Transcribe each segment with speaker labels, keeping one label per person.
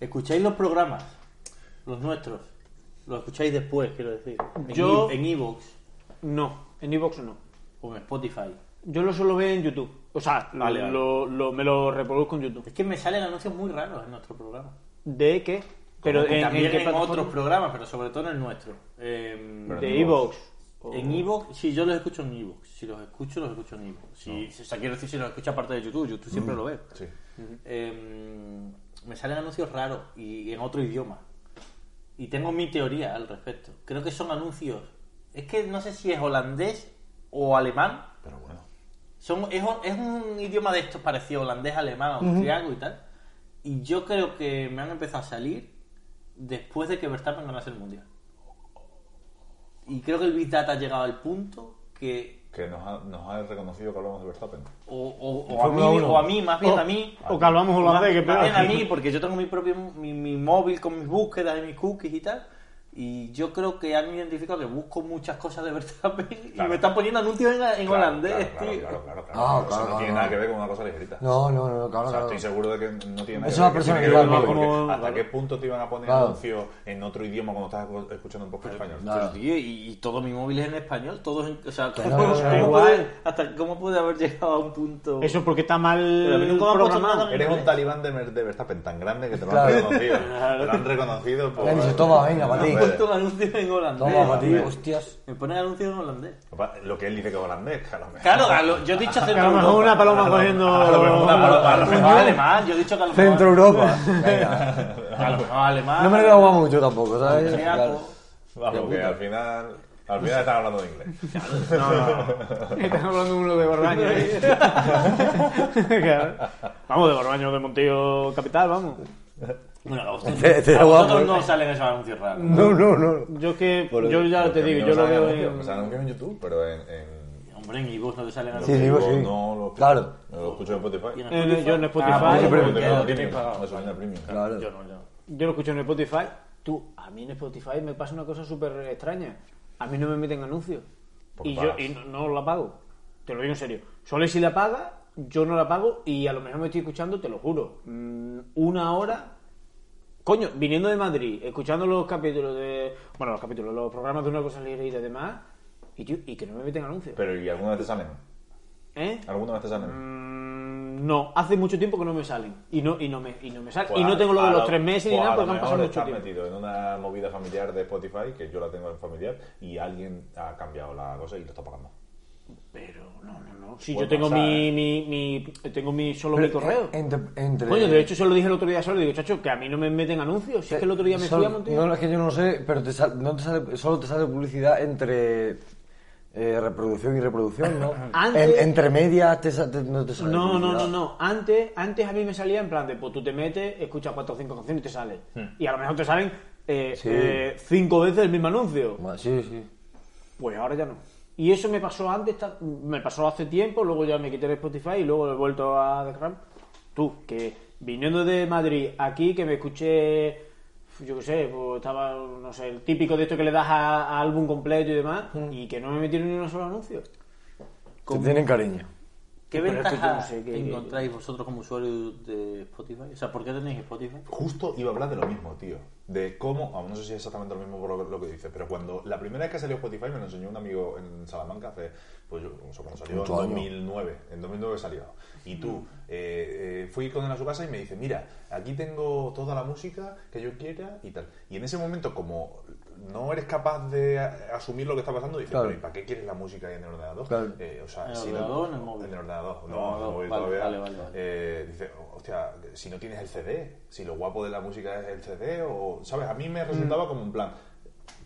Speaker 1: ¿Escucháis los programas? Los nuestros. Los escucháis después, quiero decir. En
Speaker 2: Yo-
Speaker 1: i- En Evox
Speaker 2: No, en Evox no.
Speaker 1: o en Spotify.
Speaker 2: Yo lo solo veo en YouTube. O sea, lo-
Speaker 1: Vale, vale.
Speaker 2: Lo, lo- me lo reproduzco en YouTube.
Speaker 1: Es que me salen anuncios muy raros en nuestro programa.
Speaker 2: ¿De qué? Pero
Speaker 1: Como que
Speaker 2: en,
Speaker 1: también
Speaker 2: en qué
Speaker 1: en
Speaker 2: plataforma?
Speaker 1: otros programas, pero sobre todo en el nuestro. Em,
Speaker 3: Pero
Speaker 2: De Oh. Evox. O-
Speaker 1: En Evox, sí, yo los escucho en Evox. Si los escucho, los escucho en Evox. Si, O sea, quiero decir, si los escucho aparte de YouTube, YouTube siempre
Speaker 2: Mm.
Speaker 1: lo ve.
Speaker 3: Sí.
Speaker 1: Em, me salen anuncios raros y en otro idioma. Y tengo mi teoría al respecto. Creo que son anuncios. Es que no sé si es holandés o alemán.
Speaker 3: Pero bueno.
Speaker 1: Son, es, ho- es un idioma de estos parecido holandés, alemán, austriaco y tal. Y yo creo que me han empezado a salir después de que Verstappen ganase el mundial. Y creo que el Big Data ha llegado al punto que.
Speaker 3: Que nos ha, nos ha reconocido que hablamos de Verstappen.
Speaker 1: O, o- o a mí,
Speaker 2: Fórmula uno.
Speaker 1: o a mí, más bien
Speaker 2: O-
Speaker 1: a mí.
Speaker 2: O que hablamos holandés, que
Speaker 1: Más
Speaker 2: peor.
Speaker 1: bien a mí, porque yo tengo mi propio mi, mi móvil con mis búsquedas y mis cookies y tal. Y yo creo que han identificado que busco muchas cosas de Verstappen y
Speaker 3: Claro.
Speaker 1: me están poniendo anuncios en, en
Speaker 3: Claro,
Speaker 1: holandés,
Speaker 3: claro,
Speaker 1: tío.
Speaker 3: Claro, claro, claro.
Speaker 4: Ah,
Speaker 3: claro. Eso no
Speaker 4: claro, claro,
Speaker 3: tiene
Speaker 4: claro.
Speaker 3: nada que ver con una cosa ligerita.
Speaker 4: No, no, no,
Speaker 3: O
Speaker 4: claro,
Speaker 3: sea,
Speaker 4: claro.
Speaker 3: estoy seguro de que no tiene nada
Speaker 4: Es
Speaker 3: que
Speaker 4: una
Speaker 3: ver, que tiene
Speaker 4: persona
Speaker 3: que
Speaker 4: que
Speaker 3: ver
Speaker 4: va
Speaker 3: con-
Speaker 4: como-
Speaker 3: porque
Speaker 2: como-
Speaker 3: ¿Hasta qué punto te iban a poner
Speaker 4: Claro.
Speaker 3: anuncios en otro idioma cuando estás escuchando un podcast español?
Speaker 4: Nada.
Speaker 1: Pero, tío, y, y todo mi móvil es en español, todo es en- o sea, ¿cómo,
Speaker 4: no, no, no,
Speaker 1: cómo
Speaker 2: igual.
Speaker 1: puede, hasta cómo puede haber llegado a un punto?
Speaker 2: Eso es porque está mal
Speaker 1: Pero a mí nunca me han puesto
Speaker 2: programado.
Speaker 1: nada.
Speaker 3: Eres un talibán de, Mer- de Verstappen tan grande que te lo han
Speaker 4: Claro.
Speaker 3: reconocido. Te lo han reconocido por...
Speaker 4: Le han dicho, toma, venga,
Speaker 3: No
Speaker 4: para ti.
Speaker 1: me
Speaker 3: puede.
Speaker 1: ponen anuncios en holandés.
Speaker 4: Toma, Mati,
Speaker 3: hombre.
Speaker 4: hostias.
Speaker 1: Me ponen anuncios en holandés.
Speaker 3: Lo que él dice que es holandés, claro.
Speaker 1: Claro, a lo- yo he dicho
Speaker 2: Ah, Que a lo
Speaker 1: centro
Speaker 2: mejor
Speaker 1: Europa.
Speaker 2: una paloma
Speaker 3: Claro,
Speaker 2: cogiendo.
Speaker 3: a lo mejor una paloma-
Speaker 1: A lo mejor
Speaker 3: Coño.
Speaker 1: alemán, yo he dicho que a lo mejor-
Speaker 4: Centro Europa. Venga.
Speaker 1: A lo mejor alemán.
Speaker 4: No me lo hago mucho tampoco, ¿sabes?
Speaker 1: austriaco.
Speaker 4: Claro.
Speaker 3: Vamos, que al final... Al final están hablando de inglés.
Speaker 2: No, no. Están hablando uno de Barbaño. ahí. Claro. Vamos, de Barbaño de Montillo Capital, vamos.
Speaker 1: Bueno, a vosotros,
Speaker 4: Te- te
Speaker 1: a
Speaker 4: hago
Speaker 1: vosotros
Speaker 4: amor.
Speaker 1: no salen esos anuncios raros.
Speaker 4: No, no, no.
Speaker 2: Yo es que,
Speaker 3: Por-
Speaker 2: yo ya
Speaker 3: porque
Speaker 2: te
Speaker 3: a mí
Speaker 2: digo,
Speaker 3: no
Speaker 2: yo lo
Speaker 3: me salen
Speaker 2: veo
Speaker 3: anuncios, Me
Speaker 1: pues
Speaker 2: en...
Speaker 3: salen anuncios en YouTube, pero en... en-
Speaker 1: Hombre, en iVoox no te salen
Speaker 4: Sí,
Speaker 1: anuncios.
Speaker 4: sí,
Speaker 3: yo
Speaker 4: sí.
Speaker 3: No lo
Speaker 4: Claro.
Speaker 3: lo escucho en Spotify.
Speaker 1: Y
Speaker 2: en- yo en Spotify.
Speaker 1: Ah,
Speaker 4: pues,
Speaker 1: vale, porque
Speaker 4: pero-
Speaker 3: Yo tengo
Speaker 1: lo
Speaker 3: la
Speaker 1: tienes
Speaker 3: premium,
Speaker 1: pagado.
Speaker 3: la subida premium, claro.
Speaker 4: Claro.
Speaker 1: Yo no, yo no.
Speaker 2: Yo lo escucho en Spotify. Tú, a mí en Spotify me pasa una cosa súper extraña. A mí no me meten anuncios.
Speaker 3: Porque
Speaker 2: Y yo
Speaker 3: pagas.
Speaker 2: y no, no la pago. Te lo digo en serio. Solo si la paga, yo no la pago y a lo mejor me estoy escuchando, te lo juro. mm, Una hora. Coño, viniendo de Madrid, escuchando los capítulos de. Bueno, los capítulos, los programas de una cosa libre y de demás. Y, tío, y que no me meten anuncios.
Speaker 3: Pero ¿y alguna vez te salen?
Speaker 2: ¿Eh?
Speaker 3: ¿Alguna vez te salen?
Speaker 2: Mm, No, hace mucho tiempo que no me salen. Y no, y no me, y no me salen.
Speaker 3: Pues
Speaker 2: y
Speaker 3: a-
Speaker 2: no tengo lo de
Speaker 3: a
Speaker 2: los
Speaker 3: lo-
Speaker 2: tres meses ni
Speaker 3: pues a
Speaker 2: nada
Speaker 3: lo
Speaker 2: porque han
Speaker 3: mejor
Speaker 2: pasado mucho
Speaker 3: estás
Speaker 2: tiempo.
Speaker 3: metido en una movida familiar de Spotify, que yo la tengo en familiar, y alguien ha cambiado la cosa y lo está pagando.
Speaker 2: Pero no, no, no. Si
Speaker 3: Puede
Speaker 2: yo tengo
Speaker 3: pasar,
Speaker 2: mi,
Speaker 3: ¿eh?
Speaker 2: mi, mi- tengo mi solo mi
Speaker 4: eh,
Speaker 2: correo.
Speaker 4: Entre, entre...
Speaker 2: Coño, de hecho se lo dije el otro día solo, digo, chacho, que a mí no me meten anuncios. Si es que el otro día me
Speaker 4: Sol-
Speaker 2: fui a Montillo.
Speaker 4: No, es que yo no sé, pero te sal- no te sale- solo te sale publicidad entre eh, reproducción y reproducción, ¿no?
Speaker 2: Antes-
Speaker 4: En- entre medias te sa- te- no te sale
Speaker 2: No, no, no,
Speaker 4: publicidad.
Speaker 2: no. Antes, antes a mí me salía en plan de, pues tú te metes, escuchas cuatro o cinco canciones y te sale. Y a lo mejor te salen eh,
Speaker 4: Hmm. Sí.
Speaker 2: eh, cinco veces el mismo anuncio.
Speaker 4: Ma- Sí, sí.
Speaker 2: Pues ahora ya no. Y eso me pasó antes, ta- me pasó hace tiempo, luego ya me quité de Spotify y luego he vuelto a descargar. Tú, que viniendo de Madrid aquí, que me escuché, yo qué sé, pues estaba, no sé, el típico de esto que le das a, a álbum completo y demás,
Speaker 4: Mm.
Speaker 2: y que no me metieron ni un solo anuncio.
Speaker 4: Te tienen cariño.
Speaker 1: ¿Qué
Speaker 2: Pero es que
Speaker 1: ventaja
Speaker 2: yo no sé qué-
Speaker 1: encontráis vosotros como usuarios de Spotify? O sea, ¿por qué tenéis Spotify?
Speaker 3: Justo iba a hablar de lo mismo, tío. De cómo, aún no sé si es exactamente lo mismo por lo, lo que dice, pero cuando la primera vez que salió Spotify me lo enseñó un amigo en Salamanca hace, pues yo, o sea, cuando salió en
Speaker 4: Mucho año. Mm.
Speaker 3: 2009, en 2009 salió. Y tú, eh, eh, fui con él a su casa y me dice, mira, aquí tengo toda la música que yo quiera y tal. Y en ese momento, como no eres capaz de a- asumir lo que está pasando, dices,
Speaker 4: Claro.
Speaker 3: pero ¿y para qué quieres la música ahí en el ordenador?
Speaker 4: Claro.
Speaker 3: Eh, o sea,
Speaker 1: ¿En el
Speaker 3: si no-
Speaker 1: ordenador o en el móvil?
Speaker 3: En el ordenador,
Speaker 1: En el
Speaker 3: no, en el
Speaker 1: ordenador.
Speaker 3: móvil
Speaker 1: Vale,
Speaker 3: todavía.
Speaker 1: vale, vale, vale.
Speaker 3: Eh, dice, hostia, si no tienes el CD, si lo guapo de la música es el CD, o, ¿sabes? A mí me resultaba como un plan,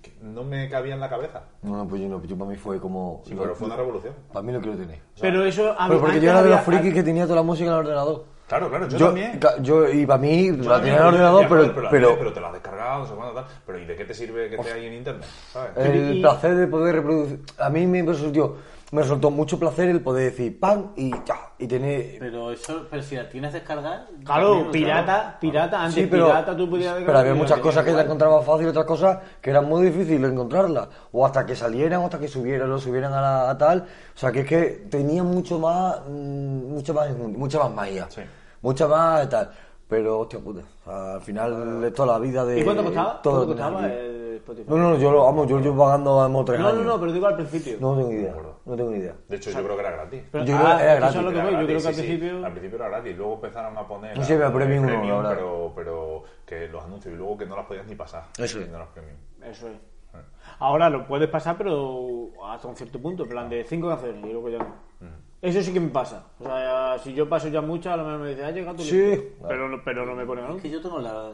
Speaker 3: que no me cabía en la cabeza.
Speaker 4: No, no, pues yo no, pues yo para mí fue como...
Speaker 3: Sí, pero fue una revolución.
Speaker 4: Para mí lo quiero tener.
Speaker 2: Pero eso a
Speaker 4: Pero porque
Speaker 2: antes
Speaker 4: yo era de los
Speaker 2: había-
Speaker 4: frikis que tenía toda la música en el ordenador.
Speaker 3: Claro, claro, yo, también.
Speaker 4: ca- yo- y para mí
Speaker 3: Yo
Speaker 4: la
Speaker 3: también,
Speaker 4: tenía en el
Speaker 3: yo
Speaker 4: ordenador,
Speaker 3: decía,
Speaker 4: pero,
Speaker 3: "Joder, la
Speaker 4: pero,
Speaker 3: tienes, te la has descargado, no sé cuándo, tal. Pero ¿y de qué te sirve que esté ahí en internet? ¿Sabes?
Speaker 4: el
Speaker 2: Y-
Speaker 4: placer de poder reproducir. A mí me resultó, me resultó mucho placer el poder decir pan y ya, y tener.
Speaker 1: Pero eso, pero si la tienes descargada. también
Speaker 2: Claro,
Speaker 1: lo
Speaker 2: pirata, pirata, antes
Speaker 4: Sí, pero,
Speaker 2: pirata tú podías...
Speaker 4: pero había muchas
Speaker 2: Tenías
Speaker 4: cosas que te
Speaker 2: igual.
Speaker 4: encontrabas fácil, otras cosas que eran muy difíciles encontrarlas. O hasta que salieran, o hasta que subieran, o subieran a, la, a tal. O sea, que es que tenía mucho más, mm, mucho más, mucha más magia.
Speaker 3: Sí.
Speaker 4: Mucha más tal. Pero, hostia puta, o sea, al final es toda la vida de...
Speaker 2: ¿Y cuánto costaba?
Speaker 4: todo
Speaker 2: ¿Cuánto costaba
Speaker 4: aquí.
Speaker 2: el Spotify?
Speaker 4: No, no, yo lo, vamos, yo lo llevo pagando vamos, tres
Speaker 2: No, no,
Speaker 4: años.
Speaker 2: no, pero digo al principio.
Speaker 4: No tengo idea,
Speaker 3: acuerdo.
Speaker 4: no tengo idea.
Speaker 3: De hecho, yo creo que era gratis.
Speaker 2: Pero-
Speaker 4: yo creo que
Speaker 2: eso
Speaker 4: era
Speaker 2: es
Speaker 4: gratis,
Speaker 2: lo que
Speaker 3: Era
Speaker 2: voy, Yo creo
Speaker 3: gratis,
Speaker 2: que al
Speaker 3: sí, sí.
Speaker 2: principio.
Speaker 3: Al principio era gratis, luego empezaron a poner.
Speaker 4: No sé, pero
Speaker 3: a poner
Speaker 4: premium no, la verdad.
Speaker 3: pero, pero que los anuncios y luego que no las podías ni pasar.
Speaker 4: Eso es.
Speaker 3: No las premium.
Speaker 2: Eso es. Ahora lo puedes pasar, pero hasta un cierto punto, en plan de cinco canciones y luego ya no. Eso sí que me pasa. O sea, si yo paso ya muchas, a lo mejor me dicen, ha llegado tu
Speaker 4: Sí.
Speaker 2: lista". Pero, no- pero no me
Speaker 1: Es
Speaker 2: ponen
Speaker 1: que
Speaker 2: anuncio.
Speaker 1: yo tengo la-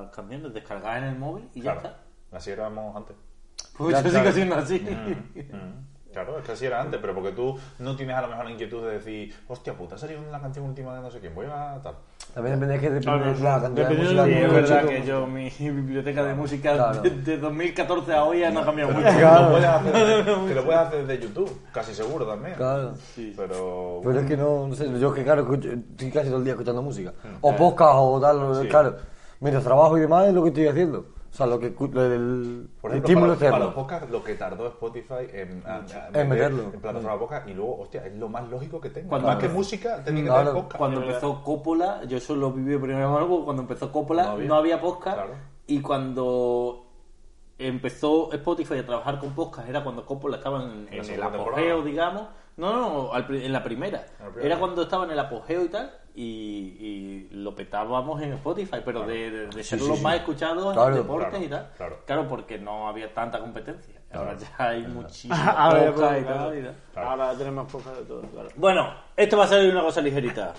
Speaker 1: las canciones descargadas en el móvil y ya
Speaker 3: Claro.
Speaker 1: está.
Speaker 3: Así éramos antes.
Speaker 1: Pues
Speaker 4: Ya
Speaker 1: yo sigo
Speaker 4: está.
Speaker 1: siendo así.
Speaker 3: Mm. Claro, es que así era antes, pero porque tú no tienes a lo mejor la inquietud de decir, hostia puta, ha salido una canción última de no sé quién, voy a tal.
Speaker 4: También depende, es que
Speaker 2: Claro,
Speaker 4: depende de la cantidad de
Speaker 2: depende
Speaker 4: música
Speaker 2: de-
Speaker 1: Y
Speaker 4: que
Speaker 1: es
Speaker 2: Bueno,
Speaker 4: escuches.
Speaker 1: verdad
Speaker 2: chico.
Speaker 1: que yo, mi biblioteca de música
Speaker 4: Claro.
Speaker 1: desde 2014 a hoy ya no ha cambiado mucho.
Speaker 3: Que lo puedes hacer, que lo puedes hacer desde YouTube, casi seguro también.
Speaker 4: Claro.
Speaker 3: Pero.
Speaker 4: Pero es que no, no sé, yo es que claro, escucho- estoy casi todo el día escuchando música. O podcast o tal,
Speaker 3: Sí.
Speaker 4: claro. Mientras trabajo y demás es lo que estoy haciendo. O sea, lo que escu- el, el
Speaker 3: Por
Speaker 4: estímulo
Speaker 3: ejemplo, para, para
Speaker 4: externo.
Speaker 3: los podcasts, lo que tardó Spotify en, a- a
Speaker 4: En meterlo.
Speaker 3: En plataforma podcast, y luego, hostia, es lo más lógico que tengo.
Speaker 1: Cuando
Speaker 3: más que
Speaker 1: empezó-
Speaker 3: música, tenía que
Speaker 4: Claro.
Speaker 3: tener podcast.
Speaker 1: Cuando empezó Coppola, yo eso lo viví de primera mano porque cuando empezó Coppola
Speaker 3: No
Speaker 1: no
Speaker 3: había.
Speaker 1: había, podcast
Speaker 3: Claro.
Speaker 1: y cuando empezó Spotify a trabajar con podcast era cuando Coppola estaba en, en el
Speaker 3: segunda
Speaker 1: apogeo,
Speaker 3: temporada.
Speaker 1: digamos. No, no, al pri- en la primera.
Speaker 3: la primera.
Speaker 1: Era cuando estaba en el apogeo y tal y, y lo petábamos en Spotify, pero de, de- de ser
Speaker 4: sí,
Speaker 1: los
Speaker 4: sí.
Speaker 1: más escuchados
Speaker 4: Claro.
Speaker 1: en deportes y
Speaker 3: Claro,
Speaker 1: tal.
Speaker 3: claro.
Speaker 1: Claro. porque no había tanta competencia. Ahora ya hay muchísimos
Speaker 2: Ahora, ya
Speaker 1: podcasts y
Speaker 2: puedo, claro.
Speaker 1: tal y tal.
Speaker 3: Claro.
Speaker 2: Ahora tenemos pocas de todo, claro.
Speaker 1: Bueno, esto va a ser una cosa ligerita.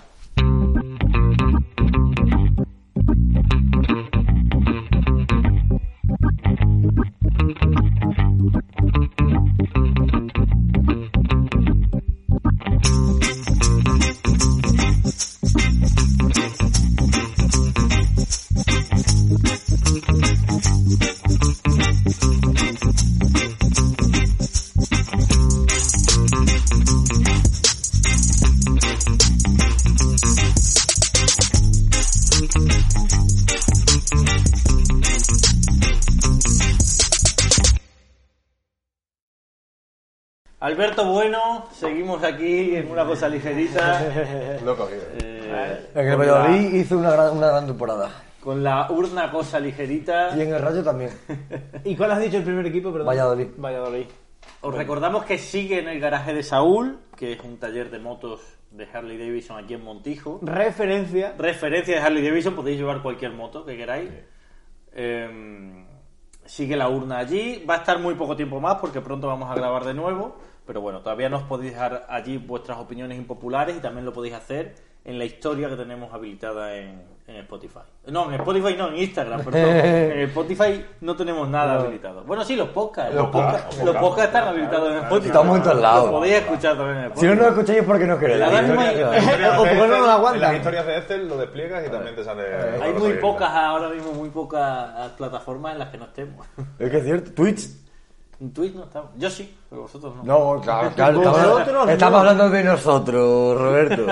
Speaker 1: Alberto Bueno, seguimos aquí en una cosa ligerita.
Speaker 3: Loco, tío.
Speaker 1: eh,
Speaker 4: En el Valladolid hizo una gran, una gran temporada.
Speaker 1: con la urna cosa ligerita.
Speaker 4: Y en el Rayo también.
Speaker 2: ¿Y cuál has dicho el primer equipo? Perdón?
Speaker 4: Valladolid.
Speaker 2: Valladolid.
Speaker 1: Os recordamos que sigue en el garaje de Saúl, que es un taller de motos de Harley Davidson aquí en Montijo.
Speaker 2: Referencia.
Speaker 1: Referencia de Harley Davidson, podéis llevar cualquier moto que queráis. Eh, sigue la urna allí. Va a estar muy poco tiempo más porque pronto vamos a grabar de nuevo. Pero bueno, todavía nos podéis dejar allí vuestras opiniones impopulares y también lo podéis hacer en la historia que tenemos habilitada en, en Spotify. No, en Spotify no, en Instagram, perdón. En Spotify no tenemos nada habilitado. Bueno, sí, los podcasts. Los,
Speaker 4: Los
Speaker 1: podcasts,
Speaker 3: podcasts,
Speaker 1: los podcasts están
Speaker 3: claro,
Speaker 1: habilitados en
Speaker 3: claro,
Speaker 1: Spotify.
Speaker 4: estamos en todos lados.
Speaker 1: Los podéis escuchar también en Spotify.
Speaker 4: Si no nos escucháis es porque no queréis.
Speaker 1: La verdad es que no hay-
Speaker 4: Claro.
Speaker 2: O porque no lo aguantan.
Speaker 3: En las historias de Excel lo despliegas y también te sale.
Speaker 1: Hay
Speaker 3: otra
Speaker 1: muy
Speaker 3: cosa
Speaker 1: pocas ahora mismo, muy pocas ah, plataformas en las que no estemos.
Speaker 4: Es que es cierto. Twitch.
Speaker 1: En Twitch no estamos. Yo sí, pero vosotros no.
Speaker 4: No, claro, claro. Estamos,
Speaker 2: Vosotros
Speaker 4: estamos
Speaker 2: no.
Speaker 4: hablando de nosotros, Roberto.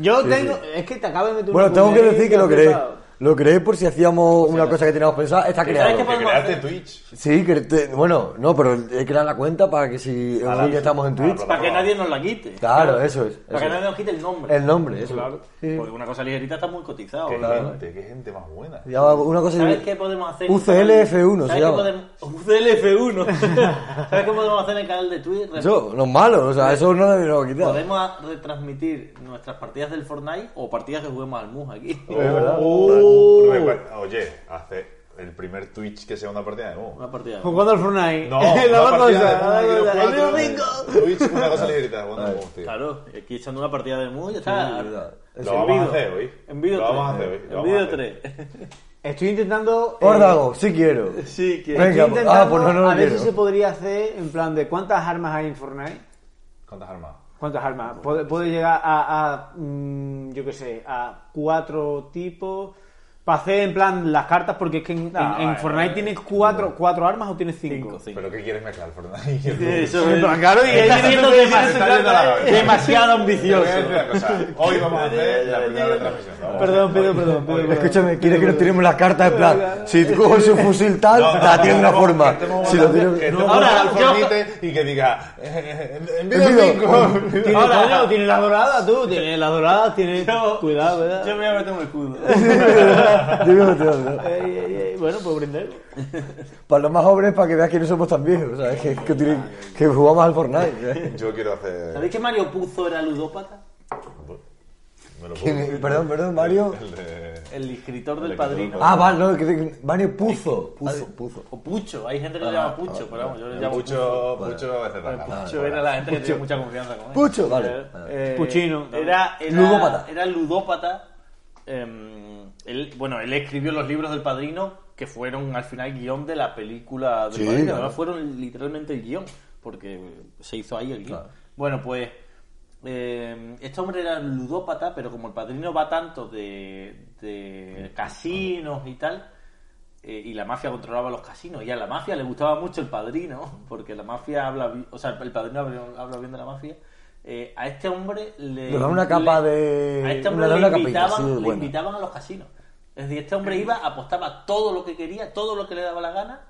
Speaker 2: Yo tengo. Es que te acabo de meter
Speaker 4: Bueno,
Speaker 2: una
Speaker 4: tengo que
Speaker 2: cuñadita,
Speaker 4: decir que lo creé.
Speaker 2: cuidado.
Speaker 4: Lo creé por si hacíamos una cosa que teníamos pensada. Está
Speaker 1: ¿Sabes
Speaker 4: creado.
Speaker 1: qué
Speaker 3: Que
Speaker 1: podemos
Speaker 3: creaste
Speaker 1: hacer?
Speaker 3: Twitch.
Speaker 4: Sí, que te- bueno, no, pero he creado la cuenta para que si
Speaker 3: Ahora
Speaker 4: algún día estamos en Twitch.
Speaker 3: ahora.
Speaker 1: Para que nadie nos la quite.
Speaker 4: Claro, eso es.
Speaker 1: Para
Speaker 4: eso
Speaker 1: que
Speaker 4: es.
Speaker 1: nadie nos quite el nombre.
Speaker 4: El nombre, eso.
Speaker 2: Claro.
Speaker 4: Sí.
Speaker 1: Porque una cosa ligerita está muy cotizada.
Speaker 3: Qué
Speaker 1: ¿verdad?
Speaker 3: gente, qué gente más buena.
Speaker 4: Se llama una cosa
Speaker 1: ¿Sabes qué podemos hacer?
Speaker 4: UCLF1 se
Speaker 1: ¿Sabes qué
Speaker 4: llama.
Speaker 1: podemos- UCLF1. ¿Sabes qué podemos hacer en el canal de Twitch?
Speaker 4: Eso, los malos, o sea, eso no deberíamos quitar.
Speaker 1: Podemos a- retransmitir nuestras partidas del Fortnite o partidas que juguemos al MUS aquí.
Speaker 4: Es verdad.
Speaker 3: Oh, recuerda- Oye, hace el primer Twitch que sea una partida de nuevo.
Speaker 1: Una partida.
Speaker 2: Jugando al Fortnite.
Speaker 3: No,
Speaker 2: la
Speaker 3: una
Speaker 2: otra
Speaker 3: partida
Speaker 2: cosa.
Speaker 3: de
Speaker 2: la otra cosa.
Speaker 3: Fortnite, quiero
Speaker 2: El
Speaker 3: jugar
Speaker 2: domingo.
Speaker 3: con- Twitch, una cosa ligerita, bueno, me gusta.
Speaker 1: Claro, aquí echando una partida del MUS ya está.
Speaker 4: Sí, verdad.
Speaker 3: Lo vamos a
Speaker 1: Envido.
Speaker 3: hacer hoy.
Speaker 1: Envido
Speaker 3: Lo vamos a hacer
Speaker 1: tres.
Speaker 3: hoy. lo vamos a
Speaker 1: Envido
Speaker 3: hacer.
Speaker 1: tres.
Speaker 2: Estoy intentando. eh,
Speaker 4: Órdago, sí quiero.
Speaker 1: Sí, que-
Speaker 4: Venga,
Speaker 2: Estoy
Speaker 4: pues-
Speaker 2: intentando
Speaker 4: ah, pues no, no
Speaker 2: a
Speaker 4: lo
Speaker 2: ver
Speaker 4: quiero.
Speaker 2: si se podría hacer en plan de cuántas armas hay en Fortnite.
Speaker 3: ¿Cuántas armas?
Speaker 2: ¿Cuántas armas? Puede, puede llegar a, a, mm, yo qué sé, a cuatro tipos. Para hacer en plan las cartas, porque es que en,
Speaker 1: Ah,
Speaker 2: en- en
Speaker 1: vale,
Speaker 2: Fortnite
Speaker 3: vale.
Speaker 2: tienes cuatro, cuatro armas o tienes cinco.
Speaker 1: Cinco, cinco.
Speaker 3: ¿Pero qué quieres mezclar, Fortnite? Y el Doom.
Speaker 1: Eso
Speaker 2: Sí,
Speaker 1: es-
Speaker 2: pero claro, y ahí
Speaker 1: Estás
Speaker 2: viene
Speaker 1: siendo
Speaker 2: todo
Speaker 1: demasiado-
Speaker 2: ese trato
Speaker 3: de la cabeza.
Speaker 1: demasiado
Speaker 3: Te voy a decir
Speaker 1: ambicioso.
Speaker 3: una cosa. Hoy vamos a hacer la primera transmisión.
Speaker 2: Perdón, Pedro, perdón, Pedro, perdón.
Speaker 4: Escúchame, quiere que nos tiremos las cartas en plan. Si tú coges un fusil tal, la tienes de una forma. Si lo
Speaker 3: Que
Speaker 4: tienes.
Speaker 3: no
Speaker 1: Ahora,
Speaker 3: ahora al
Speaker 1: yo-
Speaker 3: Fortnite y que diga. eh, Envío
Speaker 4: Envío.
Speaker 3: cinco.
Speaker 2: Tienes,
Speaker 1: Ahora,
Speaker 2: coño,
Speaker 1: ahora.
Speaker 2: tienes la dorada, tú, tienes la dorada, tienes.
Speaker 1: Yo-
Speaker 2: Cuidado, cuidado.
Speaker 1: Yo me voy a meter un escudo.
Speaker 4: Digo, tío, no.
Speaker 2: Ey, ey, ey, Bueno, pues brindemos.
Speaker 4: Para los más jóvenes, para que veas que no somos tan viejos, ¿sabes? Que, que, tienen- que jugamos al Fortnite.
Speaker 3: Yo quiero hacer.
Speaker 1: ¿Sabéis que Mario Puzo era ludópata?
Speaker 3: Me lo
Speaker 4: ¿Quién es?
Speaker 3: puedo-
Speaker 4: Perdón, perdón, Mario.
Speaker 3: El de-
Speaker 1: El escritor del
Speaker 3: El
Speaker 1: padrino.
Speaker 3: escritor
Speaker 4: Ah, vale, no, que, Mario Puzo. Puzo, Puzo.
Speaker 1: O Pucho, hay gente que lo
Speaker 3: Ah,
Speaker 1: llama Pucho, pero vamos, yo le llamo Pucho.
Speaker 3: Mucho, mucho etcétera.
Speaker 1: Pucho era Ah, la gente que tenía mucha confianza con él.
Speaker 4: Pucho, vale.
Speaker 2: Eh, Puchino.
Speaker 1: Era, era-
Speaker 4: Ludópata.
Speaker 1: Era ludópata. em, él- bueno, él escribió los libros del padrino que fueron al final guión de la película del
Speaker 4: Sí,
Speaker 1: padrino.
Speaker 4: claro.
Speaker 1: Además, fueron literalmente el guión, porque se hizo ahí el guión. Bueno, pues em, este hombre era ludópata, pero como el padrino va tanto de, de casinos y tal. eh, y la mafia controlaba los casinos y a la mafia le gustaba mucho el padrino porque la mafia habla bi- o sea el padrino habla- habla bien de la mafia eh, a este hombre le
Speaker 4: Le Eh, da una capa
Speaker 1: le-
Speaker 4: de-
Speaker 1: A este hombre
Speaker 4: le da
Speaker 1: le,
Speaker 4: una capita,
Speaker 1: invitaban,
Speaker 4: sí,
Speaker 1: le
Speaker 4: buena.
Speaker 1: invitaban a los casinos. Es decir, este hombre iba, apostaba todo lo que quería, todo lo que le daba la gana,